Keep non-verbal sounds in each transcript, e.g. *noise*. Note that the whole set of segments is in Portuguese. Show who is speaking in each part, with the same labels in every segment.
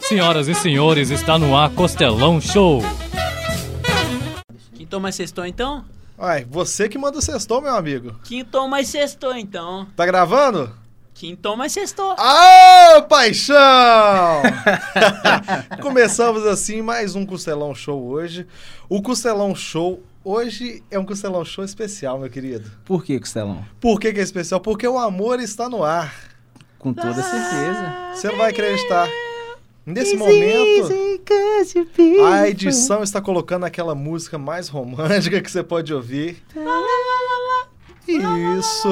Speaker 1: Senhoras e senhores, está no ar Costelão Show.
Speaker 2: Quintou mais sextou então?
Speaker 3: Uai, você que manda o sextou, meu amigo.
Speaker 2: Quintou mais sextou então.
Speaker 3: Tá gravando?
Speaker 2: Quintou mais sextou.
Speaker 3: Ah, paixão! Começamos assim mais um Costelão Show hoje. O Costelão Show hoje é um Costelão Show especial, meu querido.
Speaker 4: Por que, Costelão?
Speaker 3: Por que, que é especial? Porque o amor está no ar.
Speaker 4: Com
Speaker 3: Ah.
Speaker 4: toda certeza.
Speaker 3: Você não vai acreditar. Nesse momento, a edição está colocando aquela música mais romântica que você pode ouvir. Isso.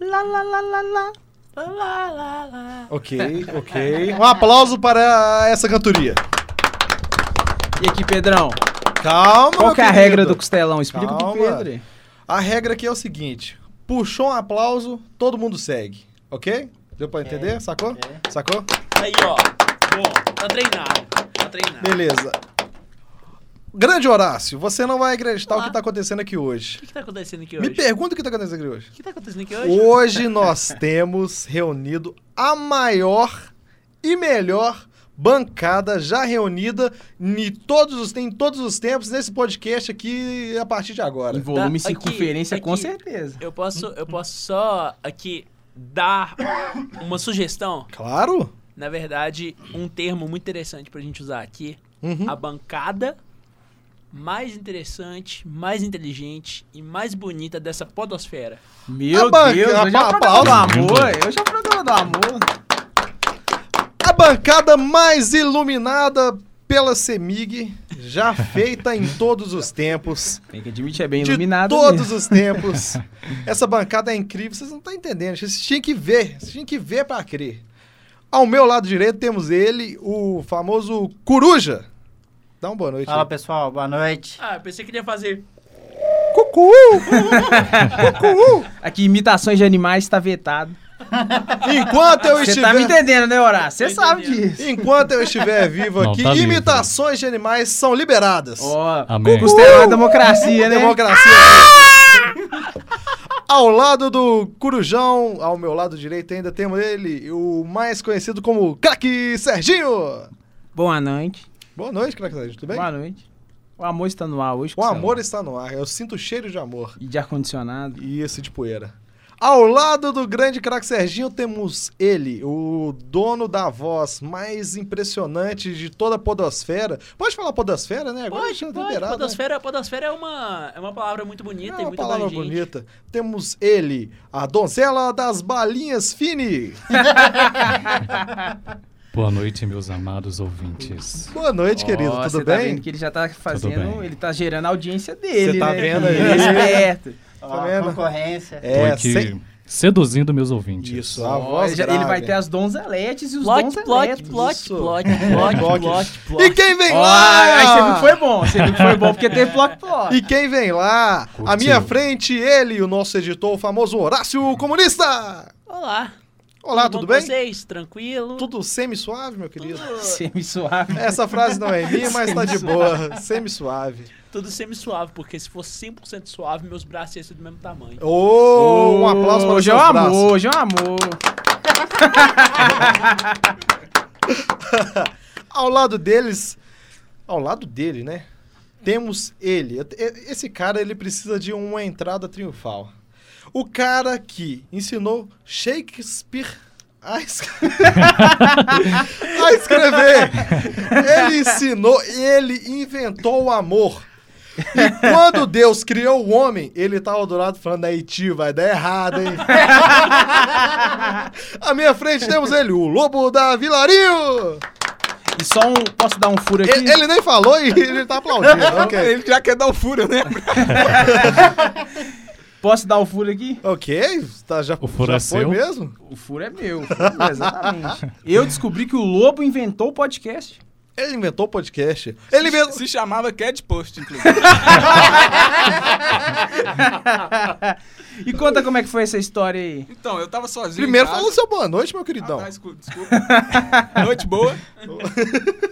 Speaker 2: Lá, lá, lá, lá. *laughs*
Speaker 3: Ok, ok. Um aplauso para essa cantoria.
Speaker 4: E aqui, Pedrão?
Speaker 3: Calma,
Speaker 4: Qual
Speaker 3: meu
Speaker 4: que é a
Speaker 3: querido.
Speaker 4: regra do Costelão? Explica pro
Speaker 3: Calma.
Speaker 4: Pedro.
Speaker 3: A regra aqui é o seguinte: puxou um aplauso, todo mundo segue, ok? Deu pra entender? Sacou? Sacou?
Speaker 2: Aí ó. Bom, tá treinado. Tá treinado.
Speaker 3: Beleza. Grande Horácio, você não vai acreditar o
Speaker 2: Olá.
Speaker 3: que tá acontecendo aqui
Speaker 2: O
Speaker 3: hoje.
Speaker 2: que, que tá acontecendo aqui hoje?
Speaker 3: Me pergunta o que tá acontecendo aqui hoje.
Speaker 2: O que tá acontecendo aqui hoje?
Speaker 3: Hoje nós temos reunido a maior e melhor bancada já reunida em todos os, em todos os tempos nesse podcast aqui a partir de agora.
Speaker 4: Em volume
Speaker 2: Tá, aqui,
Speaker 4: circunferência, com
Speaker 2: aqui.
Speaker 4: certeza.
Speaker 2: Eu posso, eu posso só aqui dar uma sugestão.
Speaker 3: Claro.
Speaker 2: Na verdade, um termo muito interessante pra gente usar aqui.
Speaker 3: Uhum.
Speaker 2: A bancada mais interessante, mais inteligente e mais bonita dessa podosfera.
Speaker 4: Meu
Speaker 3: banca-
Speaker 4: Deus, eu já
Speaker 3: apa-
Speaker 4: programa do
Speaker 3: aplausos.
Speaker 4: amor. Eu já programa do amor.
Speaker 3: A bancada mais iluminada pela CEMIG, já feita em todos os tempos.
Speaker 4: Tem que admitir, é bem
Speaker 3: de
Speaker 4: iluminado
Speaker 3: todos
Speaker 4: mesmo.
Speaker 3: os
Speaker 4: *laughs*
Speaker 3: tempos. Essa bancada é incrível, vocês não estão entendendo. Vocês tinham que ver, vocês tinham que ver para crer. Ao meu lado direito temos ele, o famoso Coruja. Dá uma boa noite.
Speaker 5: Fala
Speaker 3: aí.
Speaker 5: pessoal, boa noite.
Speaker 2: Ah, eu pensei que ele ia fazer
Speaker 3: Cucu! *laughs* Cucu!
Speaker 4: Aqui, imitações de animais tá vetado.
Speaker 3: Enquanto eu
Speaker 4: Você tá me
Speaker 3: estiver...
Speaker 4: entendendo, né, Horácio?
Speaker 2: Tô
Speaker 4: Você sabe
Speaker 2: entendendo.
Speaker 4: disso.
Speaker 3: Enquanto eu estiver vivo
Speaker 1: Não,
Speaker 3: aqui,
Speaker 1: tá livre.
Speaker 3: imitações de animais são liberadas.
Speaker 4: Ó,
Speaker 1: Amém.
Speaker 4: o Costelão é democracia, né? Ah!
Speaker 3: Democracia. Ao lado do Corujão, ao meu lado direito ainda temos ele, o mais conhecido como Craque Serginho.
Speaker 4: Boa noite.
Speaker 3: Boa noite, é Craque Serginho, tá, tudo bem?
Speaker 4: Boa noite. O amor está no ar hoje,
Speaker 3: O
Speaker 4: Costelão.
Speaker 3: amor está no ar, eu sinto o cheiro de amor.
Speaker 4: E de ar-condicionado.
Speaker 3: E esse de poeira. Ao lado do grande craque Serginho temos ele, o dono da voz mais impressionante de toda a podosfera. Pode falar podosfera, né? Agora
Speaker 2: Pode,
Speaker 3: já tá
Speaker 2: pode.
Speaker 3: liberado, né?
Speaker 2: podosfera, podosfera é uma, é uma palavra muito bonita
Speaker 3: É
Speaker 2: e
Speaker 3: uma
Speaker 2: muito
Speaker 3: palavra
Speaker 2: abrangente.
Speaker 3: bonita. Temos ele, a donzela das balinhas Fini.
Speaker 1: Boa noite, meus amados ouvintes.
Speaker 3: Boa noite, querido.
Speaker 4: Ó,
Speaker 3: Tudo
Speaker 4: cê tá
Speaker 3: bem?
Speaker 4: vendo que ele já tá fazendo,
Speaker 1: bem.
Speaker 4: ele tá gerando a audiência dele,
Speaker 3: Cê tá
Speaker 4: né?
Speaker 3: vendo aí?
Speaker 4: Ele é esperto.
Speaker 5: Ó,
Speaker 3: Tá vendo?
Speaker 5: concorrência.
Speaker 1: Tô
Speaker 3: É,
Speaker 1: aqui
Speaker 3: sem...
Speaker 1: seduzindo meus ouvintes.
Speaker 3: Isso, a Tá
Speaker 4: Ó,
Speaker 3: voz
Speaker 4: ele, já- ele vai
Speaker 3: grave.
Speaker 4: ter as donzeletes e os
Speaker 2: Plot,
Speaker 4: dons
Speaker 2: plot,
Speaker 4: elétricos.
Speaker 2: plot, plot,
Speaker 3: Isso.
Speaker 4: *laughs*
Speaker 2: plot,
Speaker 3: Block.
Speaker 4: É,
Speaker 2: plot, plot,
Speaker 3: E quem vem
Speaker 4: Ó,
Speaker 3: lá?
Speaker 4: aí você viu que
Speaker 3: Ah!
Speaker 4: foi bom, você viu que foi bom porque teve plot, plot.
Speaker 3: E quem vem lá? À
Speaker 1: Curtiu.
Speaker 3: minha frente, ele, o nosso editor, o famoso Horácio Comunista.
Speaker 2: Olá.
Speaker 3: Olá,
Speaker 2: bom
Speaker 3: tudo
Speaker 2: com
Speaker 3: bem?
Speaker 2: vocês? Tranquilo?
Speaker 3: Tudo semi-suave, meu querido?
Speaker 4: Semi-suave.
Speaker 3: Essa frase não é minha,
Speaker 2: *laughs*
Speaker 3: mas tá de boa. Semi-suave.
Speaker 2: Tudo semi-suave, porque se fosse 100% suave, meus braços iam ser do mesmo tamanho.
Speaker 3: Ô, um aplauso para o
Speaker 4: Hoje é
Speaker 3: seu
Speaker 4: um amor,
Speaker 3: braços.
Speaker 4: hoje é um amor.
Speaker 3: Ao lado deles, ao lado dele, né? Temos ele. Eu te- e- Esse cara, ele precisa de uma entrada triunfal. O cara que ensinou Shakespeare a, es- *laughs* a escrever. Ele ensinou, ele inventou o amor. E quando Deus criou o homem, ele tava do lado falando, aí tio, vai dar errado, hein? *laughs* À minha frente temos ele, o Lobo da Vilarinho!
Speaker 4: E só um, posso dar um furo aqui?
Speaker 3: Ele, ele nem falou e ele tá aplaudindo. ok.
Speaker 4: já quer dar o furo, eu lembro. Posso dar o furo aqui?
Speaker 3: Ok, tá, já,
Speaker 1: O furo
Speaker 3: já
Speaker 1: é
Speaker 3: foi
Speaker 1: seu?
Speaker 3: mesmo?
Speaker 4: O furo é meu, o furo é meu, exatamente. Eu descobri que o Lobo inventou o podcast.
Speaker 3: Ele inventou o podcast. Ele inventou.
Speaker 6: Se chamava Cat Post, inclusive.
Speaker 4: E conta como é que foi essa história aí.
Speaker 6: Então, eu tava sozinho.
Speaker 3: Primeiro
Speaker 6: em casa.
Speaker 3: fala o seu boa noite, meu
Speaker 6: Ah,
Speaker 3: queridão.
Speaker 6: tá, desculpa, desculpa. Noite boa.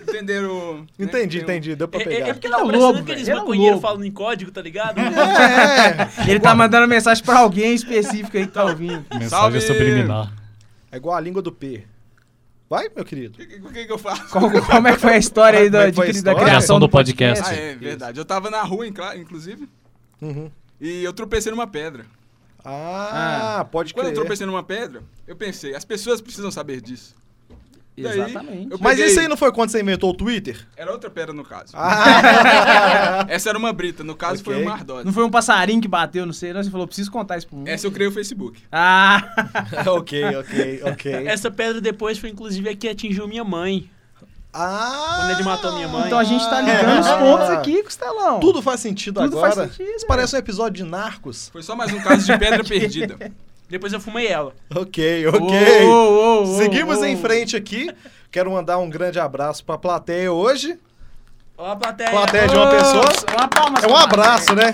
Speaker 6: Entenderam. né?
Speaker 3: Entendi,
Speaker 6: Tem um-
Speaker 3: entendi. Deu pra
Speaker 2: É, é, é
Speaker 3: pegar.
Speaker 2: porque
Speaker 4: Ele
Speaker 2: tá
Speaker 4: é um
Speaker 2: parecendo
Speaker 4: lobo,
Speaker 2: aqueles
Speaker 4: velho, ele é um
Speaker 2: maconheiros
Speaker 4: lobo.
Speaker 2: falando em código, tá
Speaker 4: *laughs*
Speaker 2: ligado?
Speaker 3: É,
Speaker 4: Ele tá mandando mensagem pra alguém específico aí que tá ouvindo.
Speaker 1: Mensagem
Speaker 6: Salve!
Speaker 1: subliminar.
Speaker 3: é. É igual a língua do P. Vai, meu querido.
Speaker 6: O que, o que que eu faço?
Speaker 4: Como, como é que foi a história aí da,
Speaker 3: Como é que foi a
Speaker 4: de- da
Speaker 3: história?
Speaker 4: criação
Speaker 1: Criação
Speaker 4: do
Speaker 1: do podcast.
Speaker 6: Ah, é verdade. Eu tava na rua, em cla- inclusive,
Speaker 3: Uhum.
Speaker 6: e eu tropecei numa pedra.
Speaker 3: Ah, pode
Speaker 6: Quando eu
Speaker 3: crer.
Speaker 6: tropecei numa pedra, eu pensei, as pessoas precisam saber disso. Daí,
Speaker 4: Exatamente.
Speaker 6: eu
Speaker 3: Mas
Speaker 6: peguei-
Speaker 3: isso aí não foi quando você inventou o Twitter?
Speaker 6: Era outra pedra, no caso.
Speaker 3: Ah,
Speaker 6: Essa era uma brita, no caso foi
Speaker 3: Ok.
Speaker 6: o Mardod.
Speaker 4: Não foi um passarinho que bateu, não sei, não. Você falou, preciso contar isso pro
Speaker 3: É,
Speaker 4: mundo.
Speaker 6: Essa eu criei o Facebook.
Speaker 4: Ah! *laughs*
Speaker 3: ok, ok, ok.
Speaker 2: É Essa pedra depois foi, inclusive, a que atingiu minha mãe.
Speaker 3: Ah!
Speaker 2: Quando ele matou minha mãe.
Speaker 4: Então a gente tá ligando os pontos aqui, Costelão.
Speaker 3: Tudo faz sentido
Speaker 4: Tudo
Speaker 3: agora.
Speaker 4: faz sentido,
Speaker 3: Isso
Speaker 4: é.
Speaker 3: parece um episódio de Narcos.
Speaker 6: Foi só mais um caso
Speaker 3: *laughs*
Speaker 6: de pedra perdida.
Speaker 2: Depois eu fumei ela.
Speaker 3: Ok,
Speaker 4: Uou,
Speaker 3: ok.
Speaker 4: uou, uou,
Speaker 3: Seguimos
Speaker 4: uou.
Speaker 3: em frente aqui. Quero mandar um grande abraço pra plateia hoje.
Speaker 2: Ó, a plateia.
Speaker 3: Plateia de uma pessoa.
Speaker 4: Uma palma,
Speaker 3: É um abraço, né?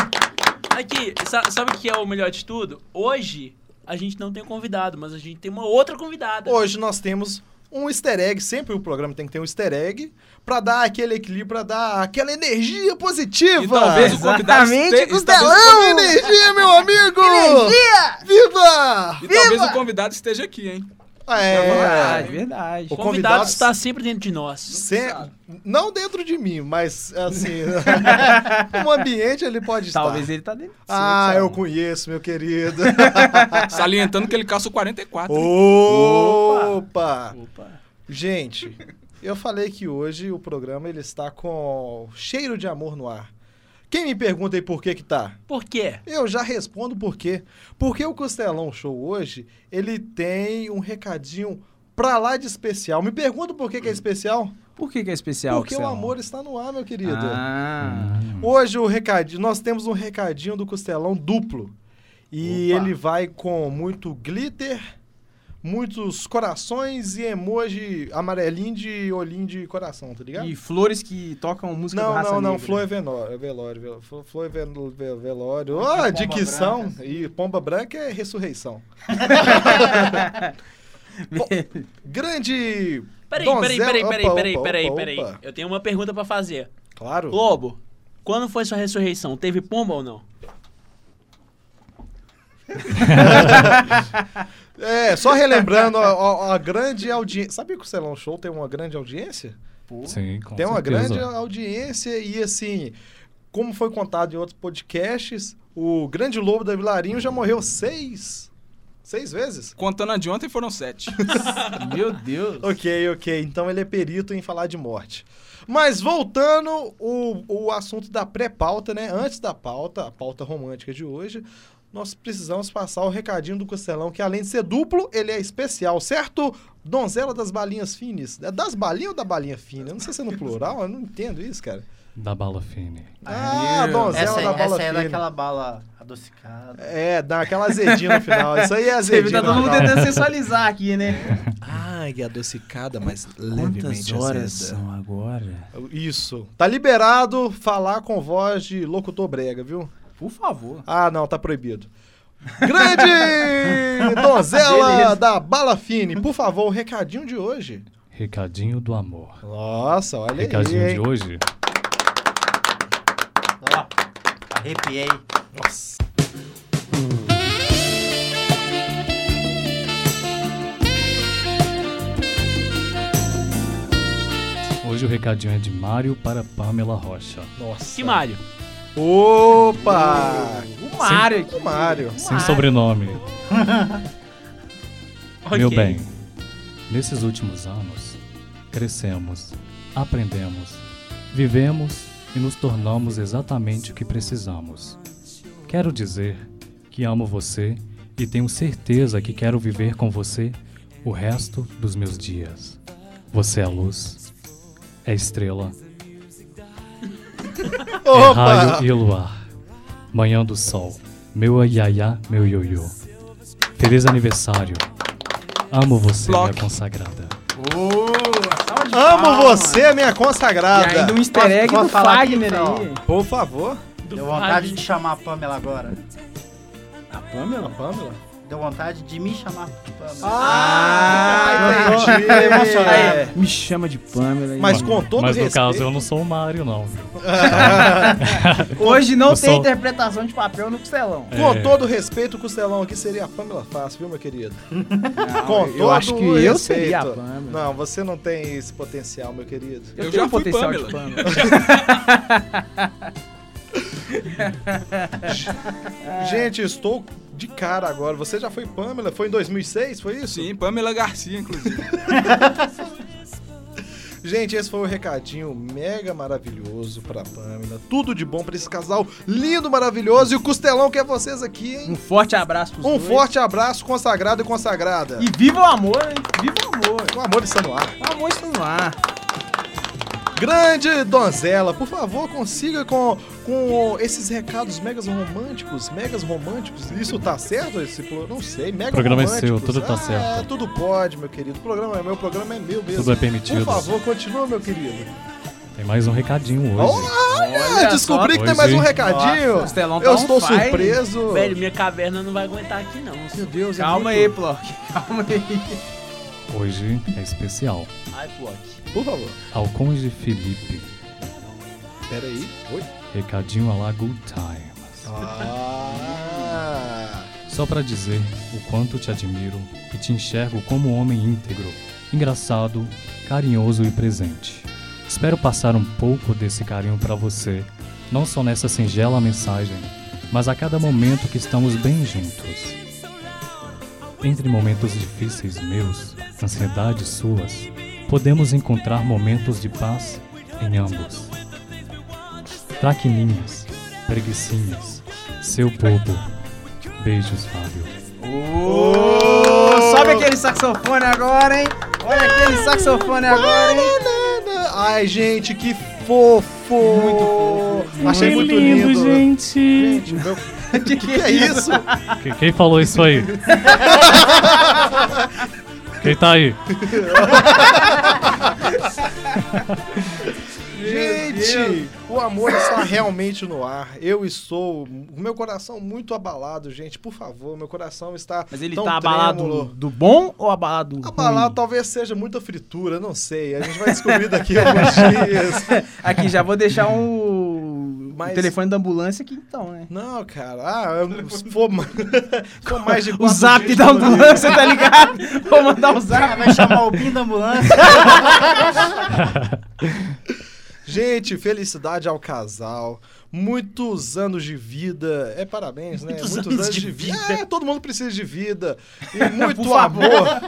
Speaker 2: Aqui, sa- sabe o que é o melhor de tudo? Hoje a gente não tem convidado, mas a gente tem uma outra convidada.
Speaker 3: Hoje nós temos um easter egg, sempre o programa tem que ter um easter egg, pra dar aquele equilíbrio, pra dar aquela energia positiva.
Speaker 6: E talvez o convidado
Speaker 4: Exatamente,
Speaker 6: este- e talvez o
Speaker 3: Costelão, energia, meu amigo! Energia! Viva!
Speaker 6: E talvez o convidado esteja aqui, hein?
Speaker 4: É
Speaker 3: É,
Speaker 4: verdade, verdade.
Speaker 2: O
Speaker 3: O
Speaker 2: convidado,
Speaker 3: convidado-
Speaker 2: está sempre dentro de nós.
Speaker 3: Sem- não dentro de mim, mas assim, *laughs* um ambiente ele pode
Speaker 4: Talvez
Speaker 3: estar.
Speaker 4: ele tá dentro.
Speaker 3: Ah,
Speaker 4: Sim,
Speaker 3: eu
Speaker 4: sabe?
Speaker 3: conheço, meu querido.
Speaker 6: Salientando que ele calça o 44.
Speaker 3: Opa!
Speaker 4: Opa.
Speaker 3: Gente, eu falei que hoje o programa ele está com cheiro de amor no ar. Quem me pergunta aí por que que tá?
Speaker 2: Por quê?
Speaker 3: Eu já respondo por quê. Porque o Costelão Show hoje, ele tem um recadinho pra lá de especial. Me pergunta por que que é especial?
Speaker 4: Por que, que é especial?
Speaker 3: Porque o
Speaker 4: Costelão?
Speaker 3: amor é está no ar, meu querido.
Speaker 4: Ah.
Speaker 3: Hoje o recadinho, nós temos um recadinho do Costelão duplo. E
Speaker 4: Opa.
Speaker 3: ele vai com muito glitter, muitos corações e emoji amarelinho de olhinho de coração, tá ligado?
Speaker 4: E flores que tocam música do
Speaker 3: Não,
Speaker 4: Raça
Speaker 3: não, não,
Speaker 4: Negra.
Speaker 3: Flor é venório, é velório, vel- Flo- Flor é ven- ve- velório.
Speaker 4: é
Speaker 3: Ó, dicção e pomba branca é
Speaker 4: *laughs*
Speaker 3: ressurreição. Bom, grande
Speaker 2: Peraí, peraí,
Speaker 3: donzela-
Speaker 2: peraí, peraí,
Speaker 3: opa,
Speaker 2: peraí,
Speaker 3: opa,
Speaker 2: peraí,
Speaker 3: opa,
Speaker 2: peraí.
Speaker 3: opa.
Speaker 2: Eu tenho uma pergunta pra fazer.
Speaker 3: Claro.
Speaker 2: Lobo, quando foi sua ressurreição? Teve pomba ou não?
Speaker 3: É, só relembrando a, a- a grande audiência. Sabia que o Celão Show tem uma grande audiência?
Speaker 1: Sim, com
Speaker 3: tem uma
Speaker 1: certeza.
Speaker 3: grande audiência e assim, como foi contado em outros podcasts, o grande lobo da Vilarinho já morreu seis. Seis vezes?
Speaker 6: Contando a de ontem foram sete.
Speaker 4: Meu Deus.
Speaker 3: Ok, ok. Então ele é perito em falar de morte. Mas voltando o, o assunto da pré-pauta, né? Antes da pauta, a pauta romântica de hoje, nós precisamos passar o recadinho do Costelão, que além de ser duplo, ele é especial, certo? Donzela das balinhas finas. É das balinhas ou da balinha fina? Eu não sei se é no plural, eu não entendo isso, cara.
Speaker 1: Da Bala Fine.
Speaker 3: Ah, donzela
Speaker 7: Essa,
Speaker 3: da bala
Speaker 7: essa é
Speaker 3: fina.
Speaker 7: daquela bala adocicada.
Speaker 3: É, dá aquela azedinha no final. Isso aí é
Speaker 4: Você
Speaker 3: azedinha
Speaker 4: tá todo
Speaker 3: no
Speaker 4: mundo
Speaker 3: final.
Speaker 4: tentando sensualizar aqui, né?
Speaker 3: Ai, é adocicada, mas
Speaker 4: agora?
Speaker 3: Isso. Tá liberado falar com voz de locutor brega, viu?
Speaker 4: Por favor.
Speaker 3: Ah, não, tá proibido.
Speaker 4: *laughs*
Speaker 3: Grande donzela
Speaker 4: Beleza.
Speaker 3: da Bala Fine, por favor, o recadinho de hoje.
Speaker 1: Recadinho do amor.
Speaker 3: Nossa, olha
Speaker 1: Recadinho
Speaker 3: aí.
Speaker 1: de
Speaker 3: hein?
Speaker 1: hoje.
Speaker 7: Ó, arrepiei.
Speaker 3: Nossa.
Speaker 1: Hoje o recadinho é de Mário para Pamela Rocha.
Speaker 3: Nossa.
Speaker 2: Que Mário?
Speaker 3: Opa!
Speaker 4: O Mário aqui.
Speaker 3: O Mário.
Speaker 1: Sem sobrenome. Meu
Speaker 2: Ok.
Speaker 1: bem, nesses últimos anos, crescemos, aprendemos, vivemos e nos tornamos exatamente o que precisamos. Quero dizer que amo você e tenho certeza que quero viver com você o resto dos meus dias. Você é luz, é estrela, é
Speaker 3: Opa!
Speaker 1: raio e luar, manhã do sol, meu iaiá, meu ioiô. Feliz aniversário. Amo você, minha
Speaker 6: Block.
Speaker 1: consagrada.
Speaker 3: Amo você, minha
Speaker 4: E
Speaker 3: consagrada.
Speaker 4: ainda um easter egg
Speaker 7: Posso-
Speaker 4: do
Speaker 7: posso falar aqui,
Speaker 4: Fagner
Speaker 7: então?
Speaker 4: aí.
Speaker 3: Por favor.
Speaker 7: Deu vontade de chamar a Pamela agora.
Speaker 4: A Pamela?
Speaker 3: Pamela?
Speaker 7: Deu vontade de me chamar. pra-
Speaker 3: Ah,
Speaker 4: Ah,
Speaker 3: entendi.
Speaker 4: É, Me chama de Pamela. e-
Speaker 3: Mas com todo
Speaker 1: Mas no
Speaker 3: respeito,
Speaker 1: caso eu não sou o Mário, não. viu?
Speaker 4: Hoje não
Speaker 1: Eu
Speaker 4: tem
Speaker 1: sou-
Speaker 4: interpretação de papel no costelão.
Speaker 3: com
Speaker 1: É.
Speaker 3: todo respeito, o Costelão aqui seria a Pamela Fácil, viu, meu
Speaker 4: *laughs*
Speaker 3: querido? com
Speaker 4: eu
Speaker 3: todo
Speaker 4: acho que eu
Speaker 3: respeito.
Speaker 4: seria a Pamela.
Speaker 3: Não, você não tem esse potencial, meu querido.
Speaker 6: Eu
Speaker 4: tenho um
Speaker 6: já fui
Speaker 4: potencial
Speaker 6: Pamela.
Speaker 4: de Pamela. É.
Speaker 3: Gente, estou de cara agora. Você já foi Pamela? Foi em 2006, foi isso?
Speaker 6: Sim, Pamela Garcia, inclusive.
Speaker 3: Gente, esse foi o recadinho mega maravilhoso pra Pamela. Tudo de bom pra esse casal lindo, maravilhoso. E o Costelão quer vocês aqui, hein?
Speaker 4: Um forte abraço pros
Speaker 3: Um
Speaker 4: dois.
Speaker 3: forte abraço, consagrado e consagrada.
Speaker 4: E viva o amor, hein? Viva o amor.
Speaker 3: o amor está no ar.
Speaker 4: O amor está no ar.
Speaker 3: Grande donzela, por favor, consiga com, com esses recados megas românticos, megas românticos. Isso tá certo? Esse pro- não sei, mega
Speaker 1: O programa é
Speaker 3: românticos.
Speaker 1: seu, tudo tá
Speaker 3: Ah,
Speaker 1: certo.
Speaker 3: Tudo pode, meu querido. O programa é meu, o programa é meu mesmo.
Speaker 1: Tudo é permitido.
Speaker 3: Por favor, continua, meu querido.
Speaker 1: Tem mais um recadinho hoje.
Speaker 3: Olha,
Speaker 4: Olha
Speaker 3: descobri
Speaker 1: só.
Speaker 3: que tem mais um
Speaker 1: Pois é.
Speaker 3: recadinho.
Speaker 4: Nossa, o Estelão tá
Speaker 3: Eu
Speaker 4: on
Speaker 3: estou
Speaker 4: fire.
Speaker 3: surpreso.
Speaker 2: Velho, minha caverna não vai aguentar aqui, não.
Speaker 3: meu Deus, é
Speaker 4: Calma
Speaker 3: muito-
Speaker 4: aí, Plock. Calma aí.
Speaker 3: Oh!
Speaker 1: Hoje é especial.
Speaker 2: Ai, Plock.
Speaker 3: Por favor.
Speaker 1: Ao Conde Felipe,
Speaker 3: Pera aí. Oi.
Speaker 1: recadinho a la Good Times.
Speaker 3: Ah.
Speaker 1: Só pra dizer o quanto te admiro e te enxergo como um homem íntegro, engraçado, carinhoso e presente. Espero passar um pouco desse carinho pra você, não só nessa singela mensagem, mas a cada momento que estamos bem juntos. Entre momentos difíceis meus, ansiedades suas, podemos encontrar momentos de paz em ambos. Traquininhas, preguicinhas, seu bobo. Beijos, Fábio.
Speaker 4: Ô, Sobe aquele saxofone agora, hein? Olha aquele saxofone agora, hein?
Speaker 3: Ai, gente, que fofo! Muito fofo. Achei muito lindo.
Speaker 1: gente.
Speaker 3: Gente, meu... que, que é isso?
Speaker 1: Que- Quem falou isso aí? Quem tá aí?
Speaker 3: gente, o amor está realmente no ar. Eu estou. O meu coração muito abalado, gente. Por favor, meu coração está.
Speaker 4: Mas ele
Speaker 3: tão
Speaker 4: tá abalado
Speaker 3: trêmulo.
Speaker 4: do bom ou abalado do
Speaker 3: Abalado talvez seja muita fritura, não sei. A gente vai descobrir daqui a alguns dias.
Speaker 4: ruim? Aqui, já vou deixar um...
Speaker 3: Mas-
Speaker 4: o telefone da ambulância aqui então, né?
Speaker 3: Não, cara. Ah, eu- se for, ma- *laughs* se for mais de
Speaker 4: O
Speaker 3: quatro
Speaker 4: zap
Speaker 3: dias,
Speaker 4: da
Speaker 3: eu vou-
Speaker 4: ambulância, tá ligado? Vou mandar o zap.
Speaker 7: Ah, vai chamar o Bim da ambulância.
Speaker 3: *laughs* Gente, felicidade ao casal. Muitos anos de vida. É parabéns, né? Muitos, anos, de vida. É, todo mundo precisa de vida. E muito amor.